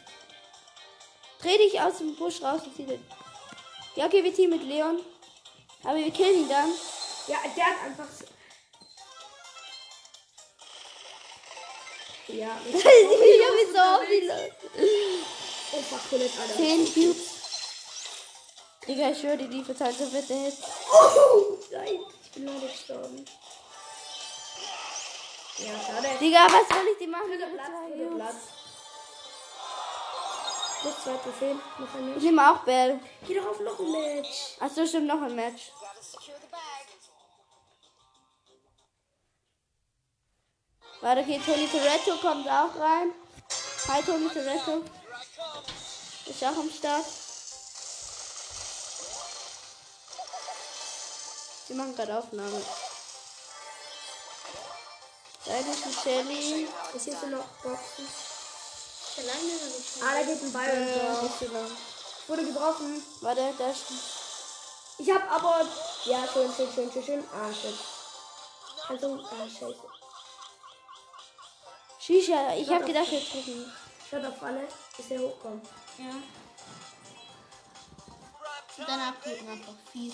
S1: Dreh dich aus dem Busch raus und zieh den. Ja, okay, wir teamen mit Leon. Aber wir killen ihn dann.
S2: Ja, der hat einfach. so- Ja,
S1: ich
S2: ich
S1: hab mich so auf die Leute.
S2: Oh, fuck, Colette, Alter.
S1: 10 Cubes. Digga, ich höre die liefert halt so bitte Hit.
S2: Oh, nein, ich bin leider gestorben. Ja, schade.
S1: Digga, was soll ich dir machen? Ich
S2: Dritter
S1: hab
S2: Platz,
S1: zwei
S2: dritter
S1: Cubes.
S2: Platz. Plus zwei Trophäen, noch ein
S1: Ich
S2: Match.
S1: nehme auch Bell.
S2: Geh doch auf noch ein Match.
S1: Achso, stimmt, noch ein Match.
S4: Gotta secure the bag.
S1: Warte, okay, Tony Toretto kommt auch rein. Hi, Tony Toretto. Ist auch am Start. Wir machen gerade Aufnahme. Da ist die Shelly.
S2: Ist hier so noch Boxen?
S1: Verlangen wir nicht.
S2: Ah, da geht ein Ball und so. Wurde gebrochen.
S1: Warte, da ist
S2: Ich hab aber. Ja, schön, schön, schön, schön, schön. Ah, shit. Also, ah, scheiße.
S1: Shisha. Ich hab gedacht, wir treffen.
S2: Schaut auf alle, bis er hochkommt.
S1: Ja. Und dann abgeben einfach viel.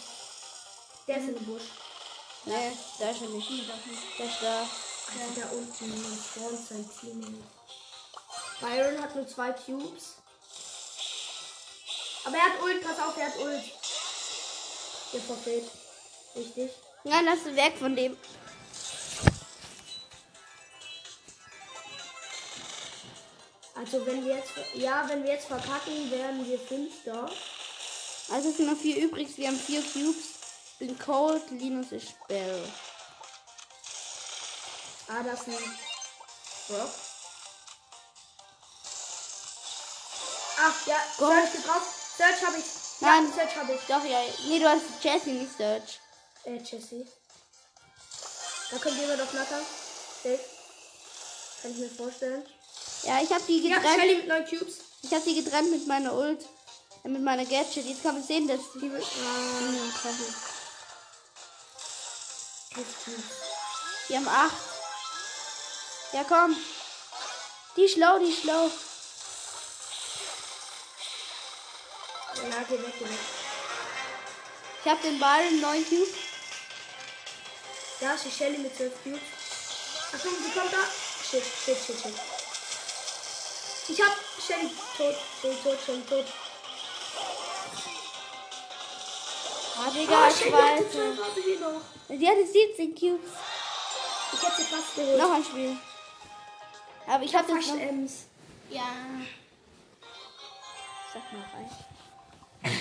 S2: Der ist in dem Busch.
S1: Nee, da ist er nicht. Da ist da.
S2: Also da unten spawnt sein Teammate. Byron hat nur zwei Cubes. Aber er hat Ult, pass auf, er hat Ult. Der verfehlt. Richtig.
S1: Nein, lass ihn weg von dem.
S2: Also wenn wir jetzt ja, wenn wir jetzt verpacken, werden wir Fünfter.
S1: Also es sind noch vier übrig. Wir haben vier Cubes. Bin Cold, Linus ist Bell.
S2: Ah, das ist ein Brock. Ach ja,
S1: Gott.
S2: Search geht drauf. Search hab ich.
S1: Nein.
S2: Ja, Search hab ich.
S1: Doch, ja. Nee, du hast Jesse, nicht Search.
S2: Äh, Jesse. Da kommt jemand auf Nacker. Safe. Kann ich mir vorstellen.
S1: Ja, ich habe die
S2: Ja,
S1: getrennt.
S2: Shelly mit neun Cubes.
S1: ich habe die getrennt mit meiner Ult. Äh, mit meiner Gadget. Jetzt kann man sehen, dass die...
S2: Die wird. Ah,
S1: Mhm, treffen.
S2: elf Cubes.
S1: Wir haben acht. Ja, komm. Die ist low, die ist low.
S2: Ja, geh weg, geh weg.
S1: Ich habe den Byron, neun Cubes.
S2: Da ist die Shelly mit zwölf Cubes. Achtung, sie kommt da. Shit, shit, shit, shit. Ich hab Shelly tot, Shelly tot, Shelly tot.
S1: Ah, Digga, ich
S2: Oh, Shelly hatte
S1: weiß.
S2: 12 HP noch.
S1: Die hatte 17 Cubes.
S2: Ich hab sie fast geholt.
S1: Noch ein Spiel. Aber ich habe das
S2: Fast ähm,
S1: noch...
S2: Ems.
S1: Ja. Sag mal rein.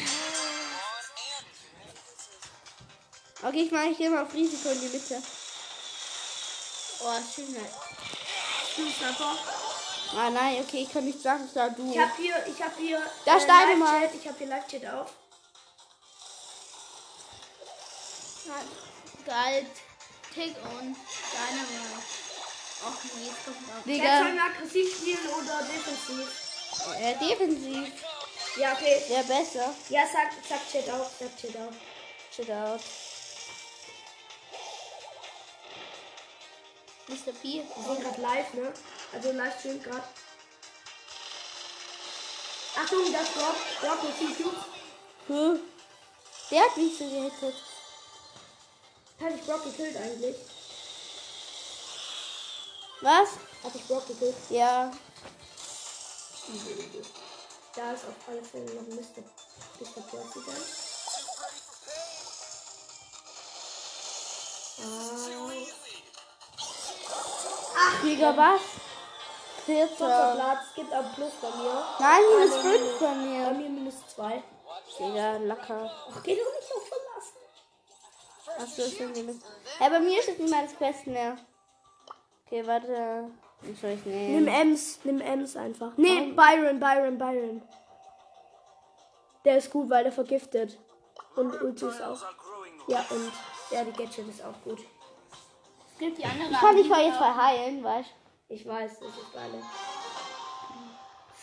S1: Okay, ich mache ich gehe mal auf Risiko in die Mitte. Oh, schön halt. Ah nein, okay, ich kann nicht sagen, es war du.
S2: Ich hab hier, ich hab hier. äh,
S1: Da ist deine Mann.
S2: Live-Chat. Ich hab hier Live-Chat auf.
S1: Galt, Tick und Dynamo. Och nee, jetzt kommt auch.
S2: Jetzt sollen
S1: Digga,
S2: wir aggressiv spielen oder defensiv.
S1: äh, defensiv.
S2: Ja, okay.
S1: Ja, besser.
S2: Ja, sag, sag Chat auf, sag Chat auf.
S1: Shit out. Mr. P.
S2: Wir sind gerade live, ne? Also live stream gerade. Achtung, das Rock, Rock mit viel Cubes.
S1: Hm. Der hat mich so gehittet.
S2: Habe ich Brock gekillt eigentlich?
S1: Was?
S2: Habe ich Brock gekillt?
S1: Ja.
S2: Da ist auf alle Fälle noch Mr. Mr. Percy da.
S1: Digga, was?
S2: Vierter
S1: Vierter.
S2: Platz, gibt einen Plus bei mir.
S1: Nein, minus fünf bei
S2: Bei
S1: mir.
S2: mir minus zwei.
S1: Digga, locker.
S2: Ach, geht doch nicht auf verlassen.
S1: Achso, ich bin minus. Ja, bei mir ist jetzt nicht mal das Beste mehr. Okay, warte. Ich soll ich
S2: Nimm
S1: nehmen.
S2: Ems, nimm Ems einfach. Nee, Byron, Byron, Byron. Der ist gut, weil er vergiftet. Und Ulti ist auch. Ja, und ja, die Gadget ist auch gut.
S5: Es gibt die andere.
S1: Ich kann dich mal jetzt verheilen, weißt du?
S2: Ich weiß, das ist geil.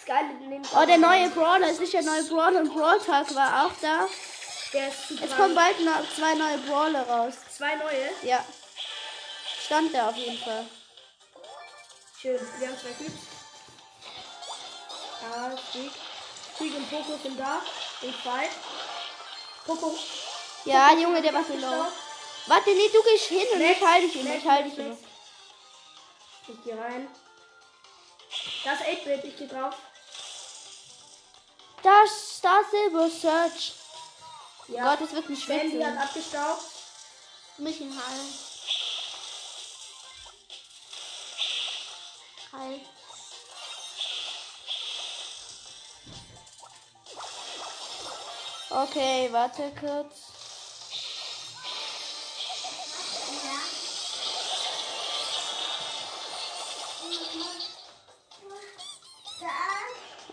S2: Skylet nimmt.
S1: Oh, der neue Brawler, es ist der neue Brawler und Brawl Talk war auch da.
S2: Der ist super.
S1: Jetzt kommen bald noch zwei neue Brawler raus.
S2: zwei neue.
S1: Ja. Stand da auf jeden Fall.
S2: Schön. Wir haben zwei Creeps. Ah, Krieg. Krieg und Poco sind da. Ich weiß. Poco.
S1: Ja, Junge, der war so low. Warte, nee, du gehst hin und ich halte dich immer.
S2: Max,
S1: Ich halte dich um. immer.
S2: Max, Max. Ich geh rein. Das 8-Bit, ich geh drauf.
S1: Das Star Silver Search.
S2: Ja.
S1: Gott, das wird ein
S2: Wendy hat
S1: Schwindel.
S2: abgestaubt.
S5: Mich in Heil. Heil.
S1: Okay, warte kurz.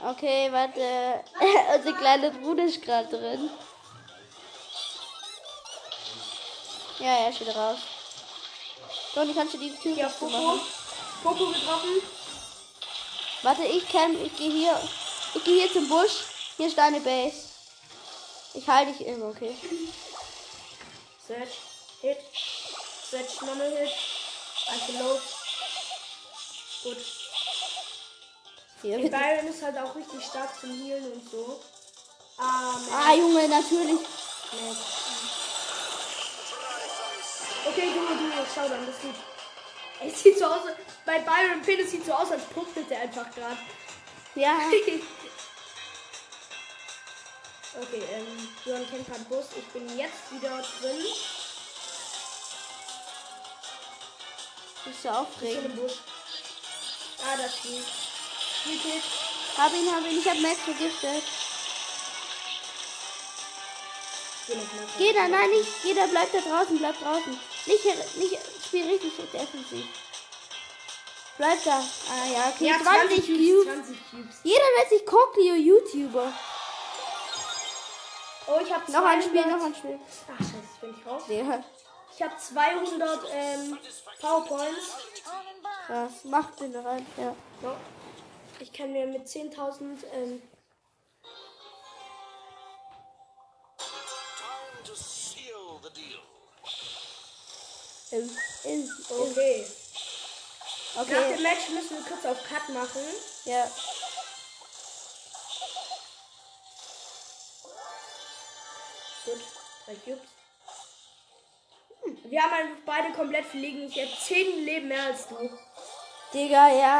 S1: Okay, warte. Also, Unser kleiner Bruder ist gerade drin. Ja, er ist wieder raus. Toni, kannst du die Tür
S2: Ja,
S1: ja,
S2: Poco.
S1: machen?
S2: Poco getroffen.
S1: Warte, ich camp, ich gehe hier. Ich gehe hier zum Busch. Hier ist deine Base. Ich halte dich immer, okay?
S2: Search. Hit. Search nochmal Hit. Also low. Gut.
S1: Hier,
S2: Die
S1: bitte.
S2: Byron ist halt auch richtig stark zum Healen und so. Ah, Max.
S1: Ah, Junge, natürlich.
S2: Okay, Junge, Junge, schau dann, das Lied. Es sieht so aus, bei Byron Pin, es sieht so aus, als punktet er einfach gerade.
S1: Ja.
S2: okay, ähm, Björn kennt gerade Bus. Ich bin jetzt wieder drin.
S1: Bist du
S2: Ich bin
S1: aufregend?
S2: im Busch. Ah, das Spiel. Spiel geht.
S1: Hab ihn, hab ihn. Ich hab Max vergiftet.
S2: Geh noch mal.
S1: Geh da, nein, nicht. Geh da, bleib da draußen, bleib draußen. Nicht, hier, nicht, spiel richtig defensiv. Bleib da. Ah ja, okay.
S2: Ja, 20 Cubes. 20 Cubes.
S1: Jeder nennt sich Coglio YouTuber.
S2: Oh, ich hab
S1: Noch ein
S2: 200
S1: Spiel, noch ein Spiel.
S2: Ach, scheiße, ich bin nicht raus.
S1: Ja,
S2: Ich hab 200 ähm, Powerpoints.
S1: krass. Mach den rein, ja.
S2: So. Ich kann mir mit 10.000 ähm,
S3: Time to seal the deal.
S1: Ähm, ähm,
S2: Okay. Nach dem
S1: Okay,
S2: Match müssen wir kurz auf Cut machen.
S1: ja.
S2: Gut, drei Cubes. Hm. Wir haben einfach beide komplett verlegen. Ich habe 10 Leben mehr als du.
S1: Digga, ja.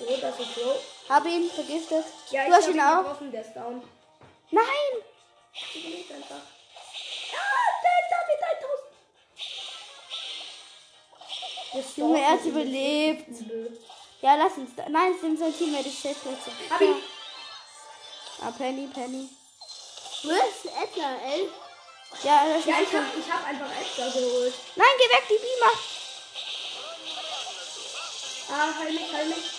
S2: Oh, das ist low.
S1: Hab ihn vergiftet.
S2: Ja,
S1: du hast
S2: hab
S1: ihn auch?
S2: getroffen, der ist down.
S1: Nein!
S2: Du bist einfach. Ah, der ist da mit 1000.
S1: Junge, er hat überlebt. Ja, lass uns da. Nein, es sind sein Teammate, ist safe Plätze.
S2: Hab ihn.
S1: Ah, Penny, Penny.
S5: Was? Edgar, elf?
S1: Ja, das ist
S2: Ja,
S1: ein
S2: ich hab, ich hab einfach Edgar geholt.
S1: Nein, geh weg, die Bi macht.
S2: Ah, heil mich, heil mich.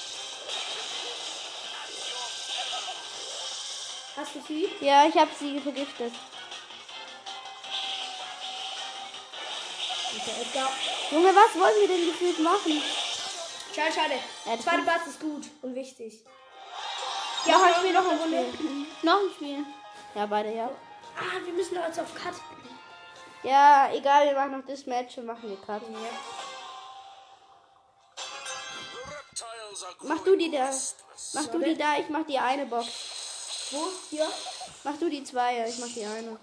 S2: Hast du sie?
S1: Ja, ich hab sie vergiftet.
S2: Ist der Edgar.
S1: Junge, was wollen wir denn gefühlt machen?
S2: Schade, schade.
S1: Ja, das
S2: Zweite
S1: ist-
S2: Pass ist gut und wichtig.
S1: Ja, noch ein Spiel, noch ein Spiel.
S5: Noch ein Spiel.
S1: Ja, beide, ja.
S2: Ah, wir müssen jetzt auf Cut.
S1: Ja, egal, wir machen noch das Match und machen die Karten.
S3: The reptiles are
S1: Mach du
S3: growing
S1: die da.
S3: restless.
S1: Mach du die da, ich mach die eine Box.
S2: Wo? Hier?
S1: Mach du die zwei, ich mach die eine.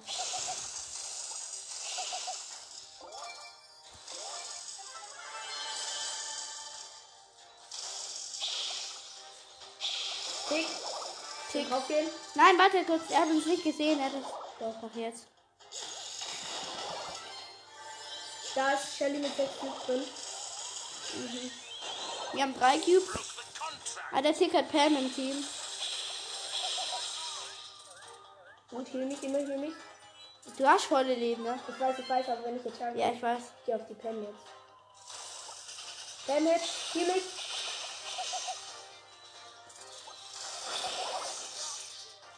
S2: Tick. Tick. Aufgehen.
S1: Nein, warte kurz, er hat uns nicht gesehen, er hat uns. Doch, doch jetzt.
S2: Da ist Shelly mit sechs mit drin.
S1: Wir haben drei Cubes.
S3: Broke the contract.
S1: Ah, der Tick hat Pam im Team.
S2: Gut, heal mich, immer heal mich.
S1: Du hast volle Leben, ne?
S2: Ich weiß, ich weiß, aber wenn ich jetzt schaue,
S1: Ja, ich weiß.
S2: ich gehe auf die Pen jetzt. Pen hit, heal mich.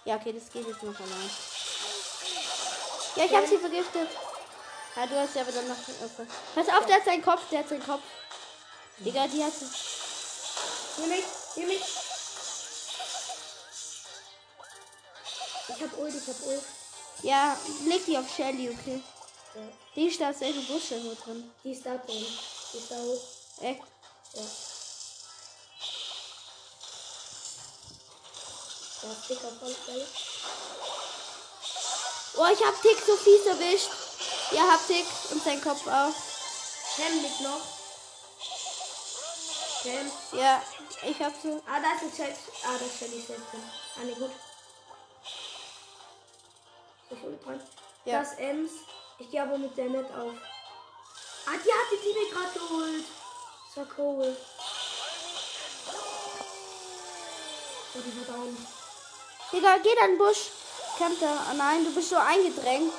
S1: Ja, okay, das geht jetzt noch allein. Ja, ich hab sie vergiftet. Ja, du hast ja aber dann noch den Opfer. Pass auf, der hat seinen Kopf, der hat seinen Kopf. Digga, die hat sich.
S2: Nimm mich, nimm mich. Ich hab Ult, ich hab Ult.
S1: Ja, leg die auf Shelly, okay?
S2: Ja.
S1: Die ist da safe Busche nur drin.
S2: Die ist da drin. Die ist da hoch.
S1: Echt?
S2: Ja. Da ist dicker Vollfell.
S1: Oh, ich hab Tick so fies erwischt. Ja, hab Tick und seinen Kopf auch.
S2: Cam liegt noch. Cam.
S1: Ja, ich hab so.
S2: Ah, da ist ein Chat. Ah, da ist Shelly selbst drin. Ah, ne, gut. Ich hol dran.
S1: Ja.
S2: Das Ems. Ich gehe aber mit der Net auf. Ah, die hat die Teammate gerade geholt. Das war cool. Oh, die war down.
S1: Digga, geh dann Busch. Kämpfer. Oh nein, du bist so eingedrängt.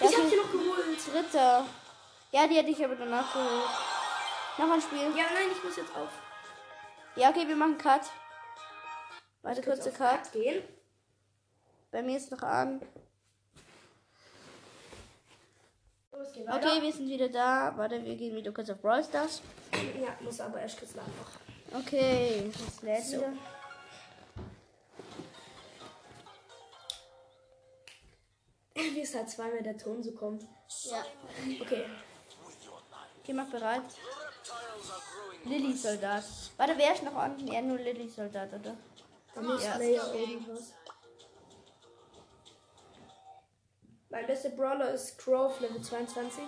S1: Ja,
S2: Ich hab
S1: okay.
S2: sie noch geholt.
S1: Dritter. Ja, die hätte ich aber danach geholt. Noch ein Spiel.
S2: Ja, nein, ich muss jetzt auf.
S1: Ja, okay, wir machen Cut. Warte, kurze
S2: auf
S1: Cut.
S2: Cut gehen.
S1: Bei mir ist noch an.
S2: Los, geh weiter.
S1: Okay, wir sind wieder da. Warte, wir gehen wieder kurz auf Brawl Stars.
S2: Ja, muss aber erst kurz laden noch.
S1: Okay, das lädt wieder.
S2: Mir ist halt zweimal der Ton so kommt.
S1: Ja.
S2: Okay.
S1: Okay, mach bereit. Lilly Soldat. Warte, wer ist noch an? Ja, nur Lilly Soldat, oder?
S2: Dann muss
S1: Ja.
S2: Player irgendwas. Mein bester Brawler ist Crow auf Level 22.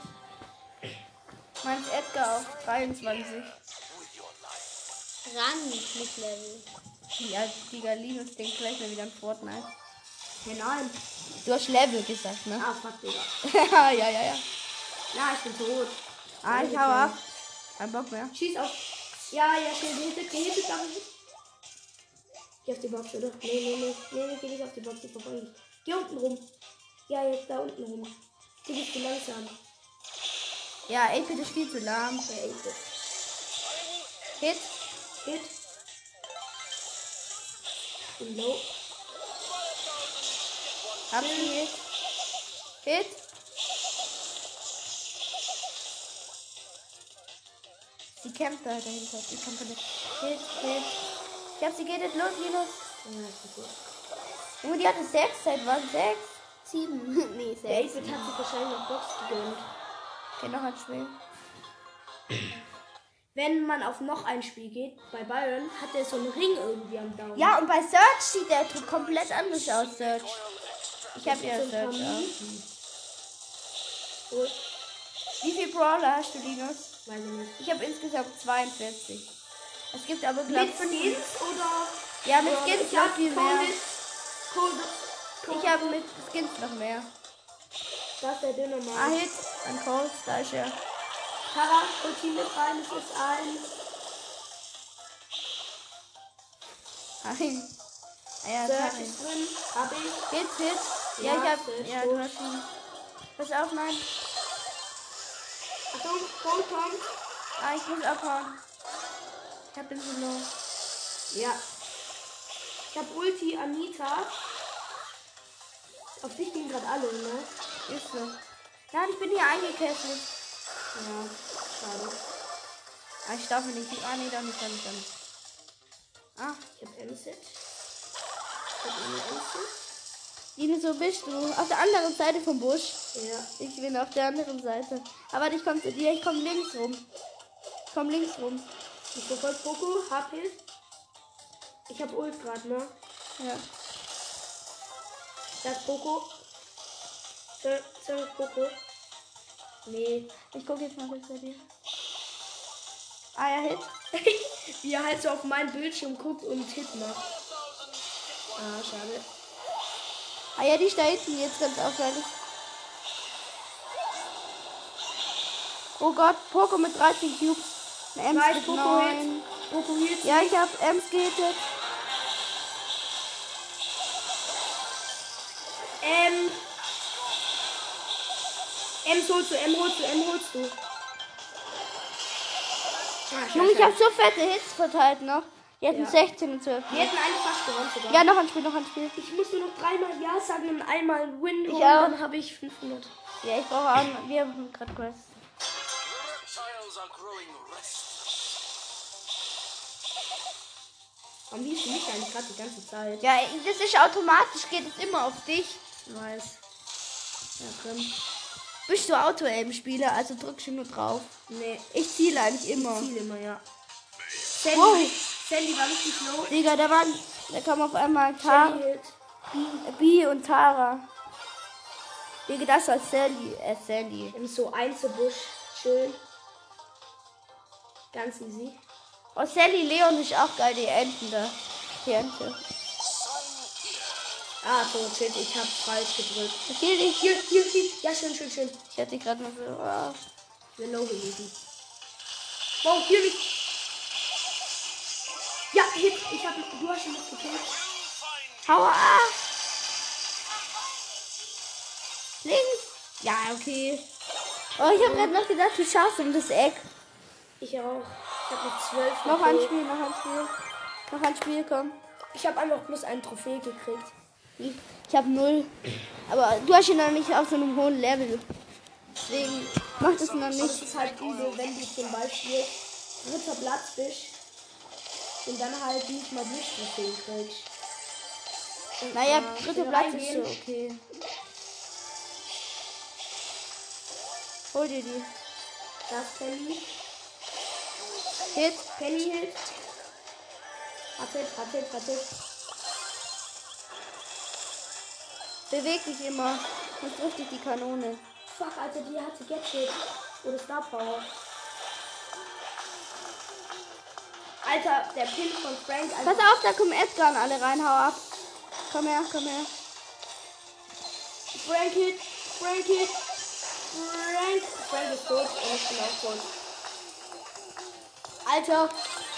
S1: Meins Edgar auf 23.
S5: Rang, nicht Level.
S1: Ja, Digga, Linus denkt gleich mal wieder an Fortnite.
S2: Hey, nein.
S1: Du hast Level gesagt, ne?
S2: Ah, fuck, Digga.
S1: ja, ja, ja.
S2: Ja, ich bin tot.
S1: Ah, ich hau ab. Kein Bock mehr.
S2: Schieß auf. Ja, ja, schnell, gehittet, gehittet, aber nicht. Geh auf die Box, oder? Nee, nee, nee. Nee, nee, geh nicht auf die Box, die verfolgen dich. Geh unten rum. Ja, jetzt da unten rum. Du bist zu langsam.
S1: Ja, 8-Bit ist viel zu lahm.
S2: Ja, ich bin.
S1: Hit.
S2: Hit. Bin low.
S1: Hab ihn Hit. Hit. Sie kämpft da dahinter. Sie kämpft da. Hit, hit. Ich hab sie gehittet. Los, Linus.
S2: Ja, ich bin tot.
S1: Junge, Oh, die hatte 6. Seit wann? 6?
S5: 7. nee,
S2: Der Ace
S5: 6.
S2: hat sich wahrscheinlich noch Box gegönnt.
S1: Okay, noch ein Spiel.
S2: Wenn man auf noch ein Spiel geht, bei Byron, hat er so einen Ring irgendwie am Daumen.
S1: Ja, und bei Search sieht der Typ komplett anders aus, Search. Ich hab ja
S2: so ein paar
S1: Search auch.
S2: Minuten. Oh,
S1: Wie viel Brawler hast du, Linus?
S2: weiß ich nicht.
S1: Ich habe insgesamt 42. Es gibt aber, glaube
S2: Mit
S1: ich,
S2: Skins oder?
S1: Ja, mit
S2: oder-
S1: Skins
S2: Ich hab
S1: noch viel
S2: Cole
S1: mehr.
S2: mit- Cole, Cole,
S1: Ich habe mit Skins noch mehr.
S2: das ist der dünne
S1: Ah,
S2: Mann.
S1: Hit. Ein Cold, da ist er.
S2: Tara, und Team mit rein, es ist ein.
S1: Nein. Ah, ja,
S2: Search
S1: sorry.
S2: ist drin, hab ich.
S1: Hit, Hit. Ja,
S2: Ja,
S1: ich hab.
S2: Search,
S1: Ja, du
S2: gut.
S1: hast schon. Pass auf, nein.
S2: Achtung, Cole kommt.
S1: Ah, ich muss abhauen. Ich hab den Solo.
S2: Ja. Ich hab Ulti, Anita. Auf dich gehen gerade alle, ne?
S1: Ist so. Nein, ich bin hier eingekesselt.
S2: Ja, schade.
S1: Ah, ich darf ihn nicht. Ah, nee, doch nicht, doch nicht, doch nicht. Ah,
S2: Ich hab Emset. Ich hab eine Emset.
S1: Dino, so bist du. Auf der anderen Seite vom Busch.
S2: Ja.
S1: Ich bin auf der anderen Seite. Aber ich komme zu dir, ich komme links rum. Ich komme links rum.
S2: Ich verfolg Poco, hab Hilf. Ich hab Ult grad, ne?
S1: Ja.
S2: Da ist Poco. Da da ist Poco. Nee.
S1: Ich gucke jetzt mal kurz bei dir. Ah ja, Hit.
S2: Wie er halt so auf meinen Bildschirm guckt und Hit macht. Ah, schade.
S1: Ah ja, die ist da hinten jetzt ganz auffällig. Oh Gott, Poco mit 13 Cubes. Ein Ems
S2: Nice,
S1: mit
S2: Poco
S1: 9.
S2: Poco Hit.
S1: Ja, ich hab Ems gehittet.
S2: Ähm. Ems holst du, M holst du, Ah, M holst du. Ah,
S1: Junge, ich hab so fette Hits verteilt noch. Die hatten
S2: Ja.
S1: 16 und 12.
S2: Wir hätten eine fast gewonnen sogar.
S1: Ja, noch ein Spiel, noch ein Spiel.
S2: Ich muss nur noch dreimal Ja sagen und einmal Win holen,
S1: auch.
S2: dann habe ich 500.
S1: Ja, ich brauche auch. Wir haben gerade Quest.
S3: Reptiles are growing restless.
S2: Am liebsten mich eigentlich gerade die ganze Zeit.
S1: Ja, das ist automatisch, geht es immer auf dich.
S2: Ich weiß. Ja, komm.
S1: Bist du Auto-Aim-Spieler, also drückst du nur drauf.
S2: Nee,
S1: Ich ziele eigentlich immer.
S2: Ziel immer, ja. Sandy,
S1: Wow.
S2: Sandy war richtig low.
S1: Digga, da waren, da kam auf einmal Tara,
S2: Sandy hit.
S1: Bi und Tara. Digga, das war Sally, äh, Sally.
S2: Im so Einzelbusch. Schön. Ganz easy.
S1: Oh, Sally, Leon ist auch geil, die Enten da. Die Ente.
S2: Ah, so, shit, ich hab falsch gedrückt.
S1: Okay, ich,
S2: Hier, hier, hier. Ja, schön, schön, schön.
S1: ich hatte gerade mal so, ah.
S2: Ich bin low gewesen. Wow, hier nicht. Ja, hit. Ich hab, du hast ihn noch gekillt.
S1: Hau ab! Links! Ja, okay. Oh, ich habe gerade noch gedacht, du schaffst um das Eck.
S2: Ich auch. Ich hab noch 12.
S1: Noch ein
S2: gekillt.
S1: Spiel, noch ein Spiel. Noch ein Spiel, komm.
S2: Ich hab einfach bloß einen Trophäe gekriegt.
S1: Ich habe null. Aber du hast ihn noch nicht auf so einem hohen Level. Deswegen macht es noch
S2: Und es
S1: nicht.
S2: ist halt übel, wenn du zum Beispiel dritter Platz bist und dann halt nicht mal Blitztrophäen kriegst. Und,
S1: Naja,
S2: äh,
S1: dritter
S2: reingehen.
S1: Platz ist so okay. Hol dir die.
S2: Das Penny.
S1: Hit.
S2: Penny hilft. Raffelt, raffelt, raffelt.
S1: Beweg dich immer. Sonst trifft dich die Kanone.
S2: Fuck, Alter, die hatte Gadget. Oder Star Power. Alter, der Pin von Frank.
S1: Pass
S2: Alter,
S1: auf, da kommen Edgar und alle rein. Hau ab. Komm her, komm her.
S2: Frank hit, Frank hit. Frank, Frank ist tot und ich bin auch tot. Alter,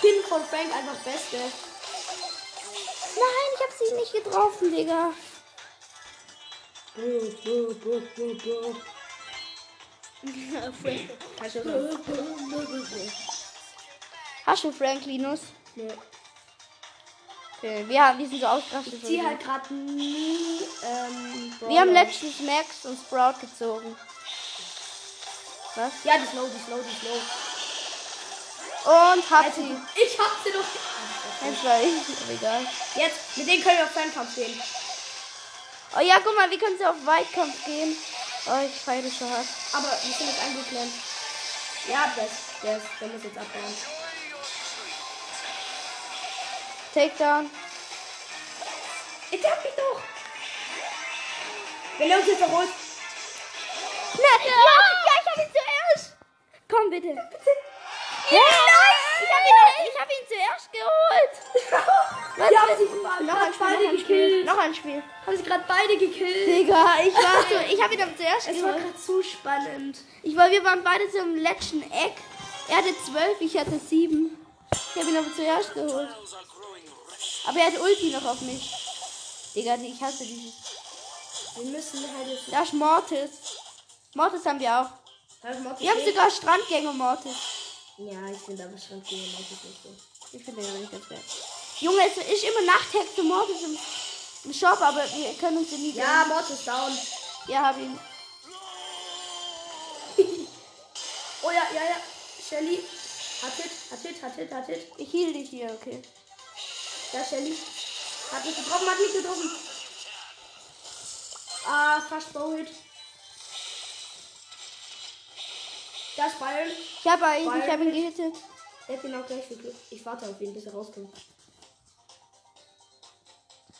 S2: Pin von Frank einfach beste.
S1: Nein, ich hab sie nicht getroffen, Digga.
S2: Kannst du sagen?
S1: Hast du Frank, Linus?
S2: Nee.
S1: Okay, wir, haben, wir sind so ausgerastet.
S2: Ich zieh halt gerade nie. Ähm,
S1: Wir haben letztens Max und Sprout gezogen. Was?
S2: Ja, die ist low, die ist low, die ist low.
S1: Und hat
S2: Jetzt-
S1: sie.
S2: Ich hab sie doch.
S1: Jetzt war ich. Aber egal.
S2: Jetzt, mit denen können wir auf Fernkampf gehen.
S1: Oh ja, guck mal, wir können sie auf Weitkampf gehen. Oh, ich feiere so hart.
S2: Aber wir sind jetzt angeklemmt. Ja, das, das, der muss jetzt abhauen.
S1: Takedown.
S2: Ich hab mich doch. Wenn er uns jetzt erholt.
S1: Nein, ja. ja, ich hab ihn zuerst. Komm bitte. Ja, nein, ich hab ihn, ich hab ihn zuerst geholt. Was?
S2: Wir haben sie
S1: Noch ein
S2: gerade
S1: Spiel, noch
S2: beide
S1: ein Spiel.
S2: gekillt.
S1: Noch ein Spiel.
S2: Haben sie gerade beide gekillt.
S1: Digga, ich war so, ich hab ihn am zuerst
S2: Es war
S1: geholt.
S2: gerade so spannend.
S1: Ich war, wir waren beide so im letzten Eck. Er hatte zwölf, ich hatte sieben. Ich habe ihn aber zuerst geholt.
S3: Reptiles are growing restless.
S1: Aber er hat Ulti noch auf mich. Digga, ich hasse dieses.
S2: Wir müssen halt jetzt.
S1: Da ist Mortis. Mortis haben wir auch. Wir haben sogar Strandgänge Mortis.
S2: Ja, ich bin da bestimmt gehen, das ist nicht so.
S1: Ich finde den aber nicht ganz geil. Junge, es ist immer Nachthexe Mortis im, im Shop, aber wir können uns den nie
S2: Ja, Mortis down.
S1: ja, hab ihn.
S2: Oh ja, ja, ja. Shelly. Hat hit, hat hit, hat hit, hat hit.
S1: Ich hielt dich hier, okay.
S2: Ja, Shelly. Hat nicht getroffen, hat nicht getroffen. Ah, fast Bowhit. Das Bayern.
S1: Ich habe ihn, ich habe ihn gehittet.
S2: Der hat genau gleich viel Glück. Ich warte auf ihn, bis er rauskommt.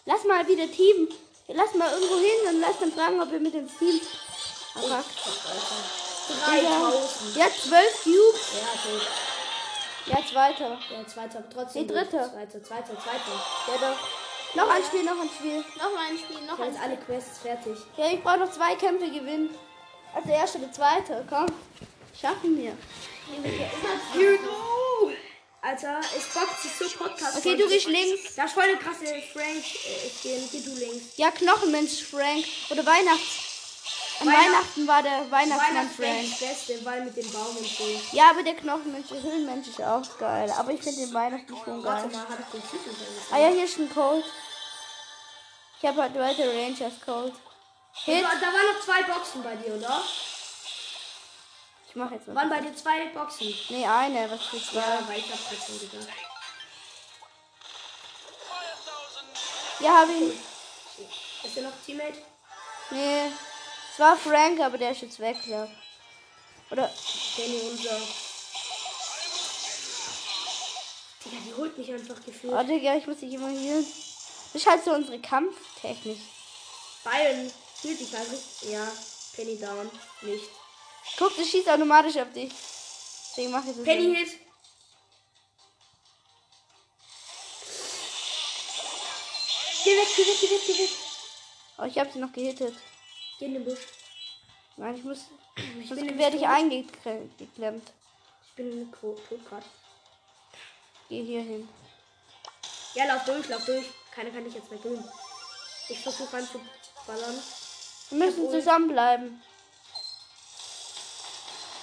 S1: Lass mal wieder Team. Lass mal irgendwo hin und lass dann fragen, ob wir mit ins Team. Ah, fuck. Ja,
S2: 3000.
S1: ja 12 Cubes.
S2: Ja, okay.
S1: Ja, zweiter.
S2: Der zweite, aber trotzdem.
S1: Nee, dritte.
S2: Zweite, zweite, zweite.
S1: Ja, doch. Noch ein Spiel, noch ein Spiel.
S5: Noch mal ein Spiel, noch
S2: Dann
S5: ein
S2: ist
S5: Spiel.
S2: alle Quests fertig.
S1: Ja, ich brauche noch zwei Kämpfe gewinnen. Also der erste, der zweite. Komm. Schaffen wir.
S2: Here we go! Alter, es bockt sich so Podcast.
S1: Okay, du gehst links.
S2: Da ist voll eine krasse Frank. Äh, ich geh, geh du links.
S1: Ja, Knochenmensch, Frank. Oder Weihnachts. An
S2: Weihnacht-
S1: Weihnachten war der Weihnachtsmann
S2: Weihnachtsmann
S1: Frank.
S2: das Beste, weil mit dem Baum und so.
S1: Ja, aber der Knochenmensch, der Höhlenmensch ist auch geil. Aber ich finde den Weihnachten schon
S2: Warte
S1: geil.
S2: mal, hab ich den Titel vergessen?
S1: Ah ja, hier ist ein Cold. Ich habe halt weiter Rangers Cold. Hit.
S2: Da, da waren noch zwei Boxen bei dir, oder?
S1: Ich mache jetzt mal.
S2: Waren bei dir zwei Boxen?
S1: Nee, eine, was für zwei.
S2: Ja, weil ich hab's jetzt schon gedacht.
S1: Ja, hab ihn.
S2: Ist der noch Teammate?
S1: Nee. Es war Frank, aber der ist jetzt weg, glaub. Oder.
S2: Danny, unser. Digga, die holt mich einfach gefühlt.
S1: Warte, ja, oh, ich muss dich immer healen. Das ist halt so unsere Kampftechnik.
S2: Bayern fühlt dich einfach. Ja, Penny down. Nicht.
S1: Guck, das schießt automatisch auf dich. Deswegen mach ich das.
S2: Penny
S1: nicht.
S2: Hit. Geh weg, geh weg, geh weg, geh weg.
S1: Oh, ich habe sie noch gehittet.
S2: Geh in den Busch.
S1: Nein, ich muss. Ich
S2: bin
S1: sonst
S2: nämlich
S1: werde ich
S2: tot.
S1: eingeklemmt. geklemmt.
S2: Ich bin in der Quo- tot gerade.
S1: Geh hier hin.
S2: Ja, lauf durch, lauf durch. Keiner kann dich jetzt mehr tun. Ich versuche reinzuballern.
S1: Wir müssen zusammenbleiben.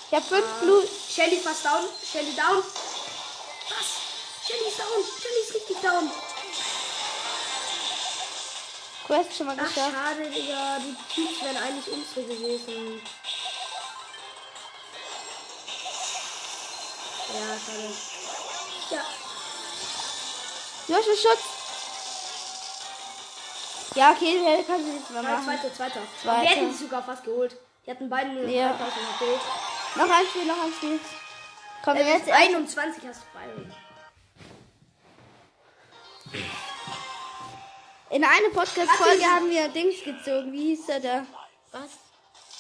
S1: Ich habe fünf
S2: Ah.
S1: Blut.
S2: Shelly fast down. Shelly down. Was? Shelly ist down. Shelly ist richtig down.
S1: Quest schon mal
S2: Ach,
S1: geschafft.
S2: schade, Digga. Die Typs wären eigentlich unsere gewesen. Ja, schade. Ja.
S1: Du hast einen Schutz. Ja, okay, der kann sie jetzt mal
S2: Nein,
S1: machen.
S2: zweiter, zweiter.
S1: Zweiter.
S2: Wir hätten sie sogar fast geholt. Die hatten beide nur
S1: Ja.
S2: 3000 HP.
S1: Noch ein Spiel, noch ein Spiel. Komm,
S2: Äh,
S1: jetzt
S2: jetzt 21 hast du Byron.
S1: in einer Podcast-Folge
S2: Ach,
S1: haben wir Dings gezogen. Wie hieß er da? Was?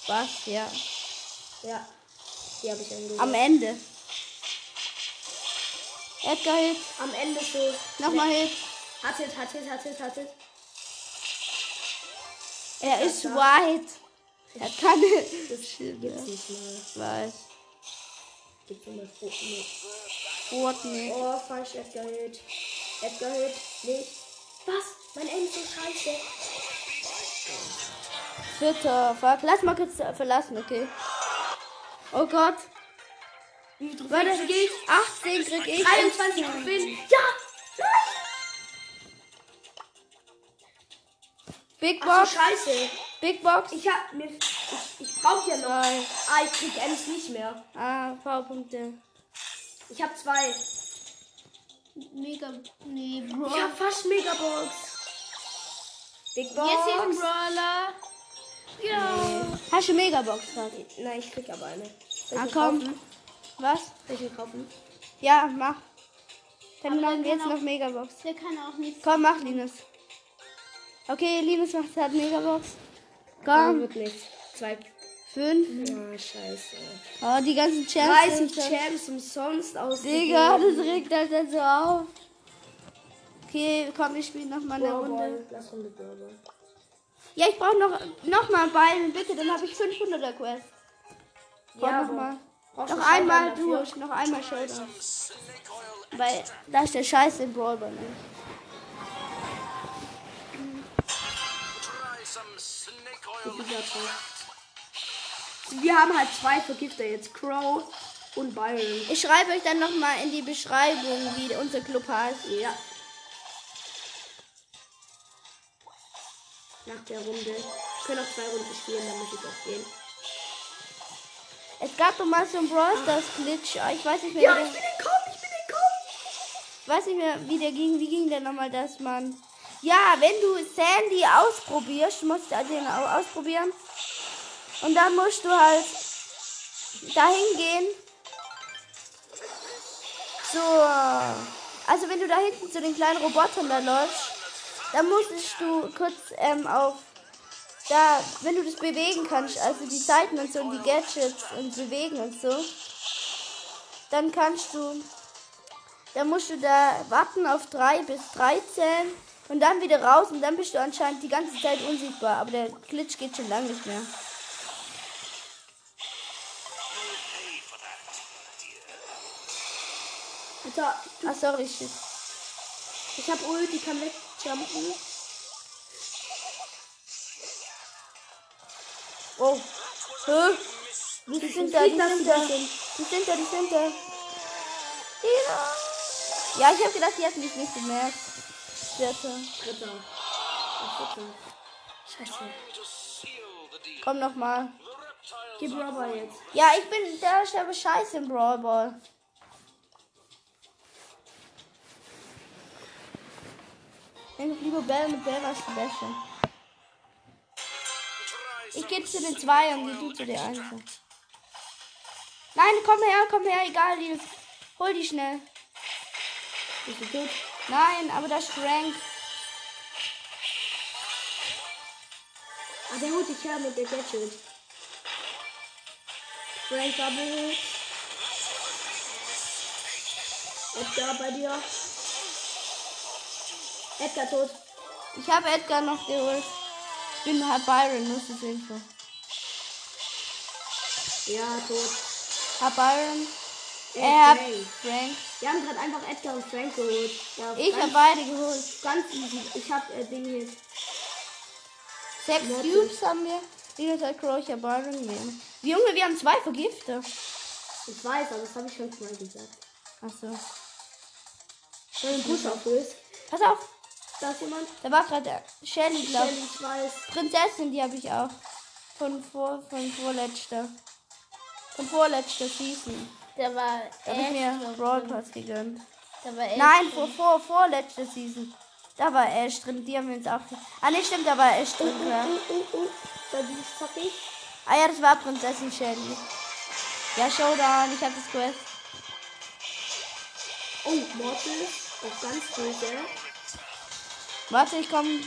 S1: Was, ja.
S2: Ja. Die habe ich angeholt.
S1: Am E- Ende. Edgar Hit,
S2: Am Ende so.
S1: nochmal Hit.
S2: Hat Hit, hat Hit, hat Hit, hat Hit.
S1: Er ist white. Er kann
S2: Das gibt's nicht mal.
S1: weiß.
S2: Gibt's immer Fortnite.
S1: Rot nicht.
S2: Oh, falsch, Edgar Hit. Edgar Hit, nicht. Was? Mein Aim ist so scheiße.
S1: Vierter. Fuck. Lass mal kurz verlassen, okay? Oh Gott. Warte, 18 krieg ich.
S2: 21 Trophäen. Ja!
S1: Big
S2: Ach
S1: Box.
S2: so, scheiße.
S1: Big Box.
S2: Ich hab mir... Ich, ich brauch ja noch...
S1: Zwei.
S2: Ah, ich krieg Ems nicht mehr.
S1: Ah, V-Punkte.
S2: Ich hab zwei.
S5: Mega. Nee, Bro.
S2: Ich hab fast Megabox. Big Box.
S5: Jetzt ist ein Brawler.
S1: Hast du Megabox gerade?
S2: Nein, ich krieg aber eine. Soll ich
S1: Ah,
S2: mir
S1: komm.
S2: kaufen?
S1: Was?
S2: Soll ich mir kaufen?
S1: Ja, mach. Dann
S5: Aber
S1: machen wir
S5: der
S1: jetzt
S5: kann
S1: noch Megabox.
S5: Der kann auch nichts.
S1: Komm, mach Linus. Okay, Linus macht halt Megabox.
S2: Nein,
S1: Komm.
S2: wird nichts. Zwei.
S1: Fünf.
S2: Ah, scheiße.
S1: Oh, die ganzen Champs.
S2: 30 Champs umsonst aus.
S1: Digga, das regt halt dann so auf. Okay, komm, wir spielen noch mal eine Runde.
S2: Lass Runde Burger.
S1: Ja, ich brauche noch, noch mal Ball, bitte, dann habe ich 500er Quest. Komm, noch mal.
S2: Brauchst
S1: Noch
S2: du Showdown
S1: einmal
S2: dafür?
S1: durch, noch einmal Showdown. Weil da ist der Scheiß im Brawlball. Ne?
S3: Try some snake oil.
S2: Wir haben halt zwei Vergifter jetzt. Crow und Byron.
S1: Ich schreibe euch dann noch mal in die Beschreibung, wie unser Club heißt.
S2: Ja. Nach der Runde. Wir können noch zwei Runden spielen, dann muss ich auch gehen.
S1: Es gab doch mal so ein Brawl Stars Glitch. Ah, Ich weiß nicht mehr,
S2: Ja,
S1: wie
S2: ich
S1: der,
S2: bin entkommen, ich bin entkommen.
S1: ich weiß nicht mehr, wie der ging. Wie ging der nochmal, dass man? Ja, wenn du Sandy ausprobierst, musst du den au- ausprobieren. Und dann musst du halt dahin gehen. So. Also wenn du da hinten zu den kleinen Robotern da läufst, dann musstest du kurz ähm, auf da, wenn du das bewegen kannst, also die Seiten und so und die Gadgets und bewegen und so, dann kannst du, dann musst du da warten auf 3 bis 13 und dann wieder raus und dann bist du anscheinend die ganze Zeit unsichtbar, aber der Glitch geht schon lange nicht mehr.
S2: Alter,
S1: Ah, sorry, shit.
S2: ich hab Ult, die kann wegjumpen.
S1: Oh. Hä? Die sind da, die sind da. Die sind da, die sind da. Ja. Ja, ich hab gedacht, die hätten mich nicht gemerkt. Dritte.
S2: Dritter. Ach, dritter. Scheiße.
S1: Komm nochmal.
S2: Gib Robber jetzt.
S1: Ja, ich bin der ist aber scheiße im Brawl Ball. Nimm doch lieber Bell mit Bell als Sebastian. Ich geh zu den zwei und geh du zu der Einsen. Nein, komm her, komm her, egal, Nils. Hol die schnell.
S2: Bist du tot?
S1: Nein, aber das Rank.
S2: Ah, der holt dich her mit der Gadget. Frank Double. Edgar bei dir. Edgar tot.
S1: Ich habe Edgar noch geholt. Ich bin halt Byron, nur zur Info.
S2: Ja, tot.
S1: Hab Byron.
S2: Ey,
S1: Er hat
S2: Äh, Frank.
S1: Rank.
S2: Wir haben gerade einfach Edgar und Frank geholt. Ja,
S1: Ich
S2: ganz,
S1: habe beide geholt.
S2: ganz easy. Ich hab äh, Ding hier.
S1: Sechs
S2: Mortis.
S1: Cubes haben wir. Dinosaur Crusher Byron. wir haben- Junge, wir haben zwei Vergifter.
S2: Ich weiß, aber das habe ich schon mal gesagt.
S1: Achso.
S2: Wenn du einen Push aufholst,
S1: Pass auf,
S2: da ist jemand.
S1: da war gerade Shelly, glaube
S2: Shelly,
S1: ich.
S2: ich weiß.
S1: Prinzessin, die habe ich auch. Von vor, von vorletzter. Von vorletzter Season.
S5: Da war
S1: Da habe ich
S5: Ash,
S1: mir Brawl Pass gegönnt.
S5: da war Ash.
S1: Nein, vor, vor, vorletzter Season. Da war Ash drin, die haben wir uns auch. Ah, ne, stimmt, da war Ash drin, ja.
S2: Uh, uh, uh. Da bin ich zackig.
S1: Ah ja, das war Prinzessin Shelly. Ja, Showdown, ich habe das Quest.
S2: Oh, Mortis. Auch ganz böse.
S1: Warte, ich komm.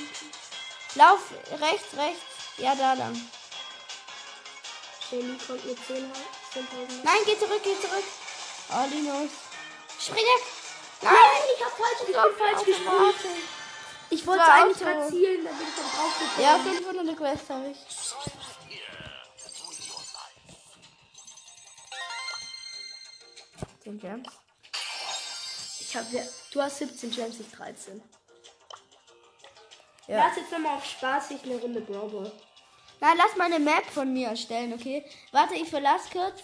S1: Lauf rechts, rechts. Ja, da lang.
S2: Shelly kommt mit 10.000. 10.000.
S1: Nein, geh zurück, geh zurück. Oh, Linus. Spring weg. Nein, ich hab falsch gekommen, falsch
S2: gesprungen.
S1: Ich
S2: Ich
S1: wollte
S2: wollte eigentlich
S1: eigentlich
S2: gerade
S1: Auto.
S2: zielen, da bin ich dann draufgekommen.
S1: Ja, 500 Quest habe ich. Den Gems.
S2: Ich hab, ja, du hast 17 Gems, ich 13.
S1: Ja.
S2: Lass jetzt nochmal auf Spaß sich eine Runde Brawl.
S1: Nein, lass mal eine Map von mir erstellen, okay? Warte, ich verlasse kurz.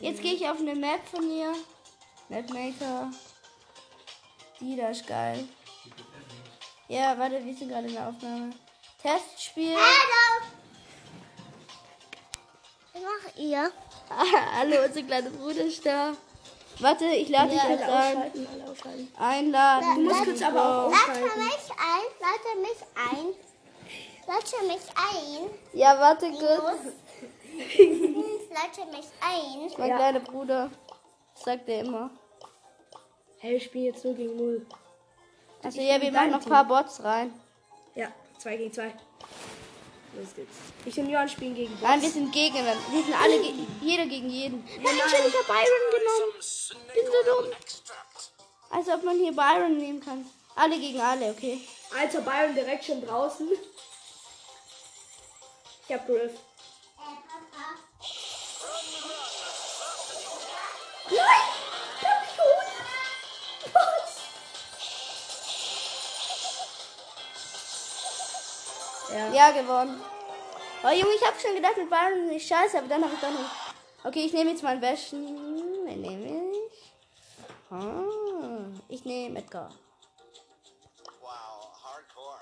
S1: Jetzt gehe ich auf eine Map von mir. Mapmaker. Die da ist geil. Ja, warte, wir sind gerade in der Aufnahme. Testspiel.
S5: Hallo. Was macht ihr?
S1: Hallo, unser kleiner Bruder ist da. Warte, ich lade dich jetzt ein.
S2: Ausschalten, alle ausschalten.
S1: Einladen.
S5: Du musst
S2: kurz aber auch
S1: Wow.
S5: Lade mich ein, lade mich ein. Lade mich ein.
S1: Ja, warte kurz.
S5: Lade mich ein.
S1: Mein
S2: Ja.
S1: kleiner Bruder. Sagt er immer.
S2: Hey, ich spiele jetzt nur gegen 0.
S1: Also,
S2: Ich
S1: ja,
S2: bin
S1: wir
S2: in
S1: machen
S2: deinem
S1: noch ein paar Bots rein.
S2: Ja, 2 gegen 2. Los geht's. Ich und Johann spielen gegen Bots.
S1: Nein, wir sind gegen. Wir sind alle ge jeder gegen jeden. Nein,
S2: nein.
S1: ich habe Byron genommen. Bin so dumm. Als Also, ob man hier Byron nehmen kann. Alle gegen alle, okay?
S2: Alter Also Byron direkt schon draußen. Ich hab Griff. Ja.
S1: Ja, gewonnen. Oh Junge, ich habe schon gedacht, mit Byron ist scheiße, aber dann habe ich doch nicht. Okay, ich nehme jetzt mein Wäschen. Wen nehme ich? Ah, ich nehme Edgar.
S3: Wow, hardcore.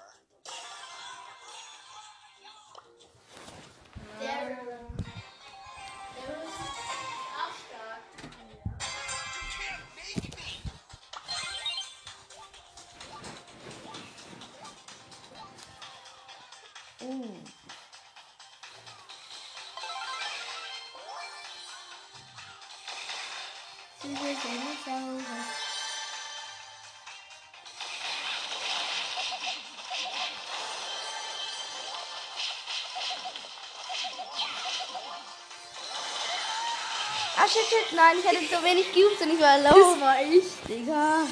S1: Ah, shit, shit, nein, ich hatte so wenig Cubes und ich war low.
S2: Das war ich.
S1: Digga.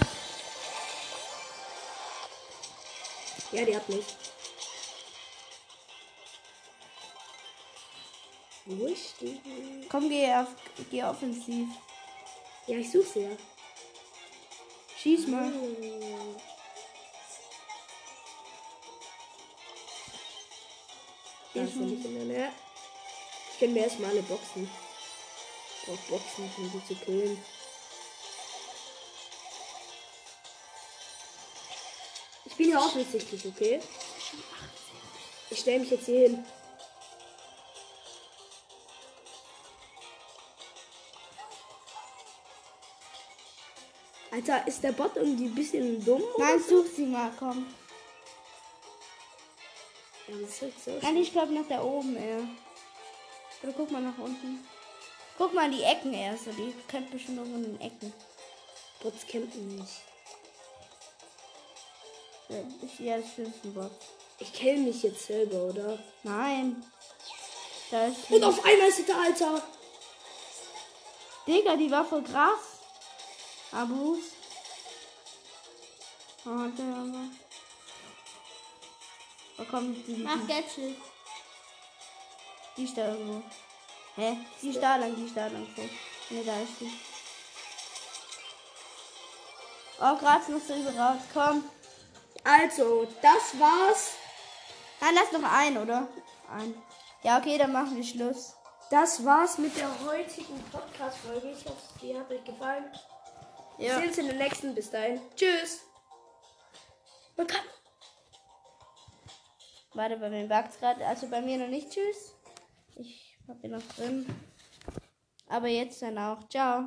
S2: Ja, die hat mich. Wo ist die?
S1: Komm, geh, auf, geh offensiv.
S2: Ja, ich suche sie ja.
S1: Schieß mal.
S2: ne? Da ist sie nicht in der Nähe. können wir erstmal alle boxen. Auf Boxen, um sie zu killen. Ich bin hier offensichtlich, okay? Ich stelle mich jetzt hier hin. Alter, ist der Bot irgendwie ein bisschen dumm?
S1: Nein, such sie mal, komm.
S2: Ja, das ist jetzt so.
S1: Nein, ich glaube nach da oben eher. Oder guck mal nach unten. Guck mal in die Ecken erst. Die kennt bestimmt irgendwo in den Ecken.
S2: Bots campen nicht.
S1: Ja, Ich, ja, das stimmt ein Bot.
S2: Ich kill mich jetzt selber, oder?
S1: Nein. Da ist
S2: Und auf einmal ist der Alter.
S1: Digga, die war voll krass. Abus. Oh, hat der aber. Oh, komm, die, die,
S5: Mach Gadget.
S1: die ist da irgendwo. Hä? Die ist da lang, die ist da lang. So. Ne, da ist sie. Oh, Graz musst du überraut. Komm.
S2: Also, das war's.
S1: Nein, lass noch einen, oder? Einen. Ja, okay, dann machen wir Schluss.
S2: Das war's mit der
S6: heutigen Podcast-Folge. Ich hoffe, die hat euch gefallen. Wir
S1: Ja.
S6: sehen uns in der nächsten. Bis dahin. Tschüss. Man kann.
S1: Warte, bei mir wagt gerade. Also bei mir noch nicht. Tschüss. Ich hab ihn noch drin. Aber jetzt dann auch. Ciao.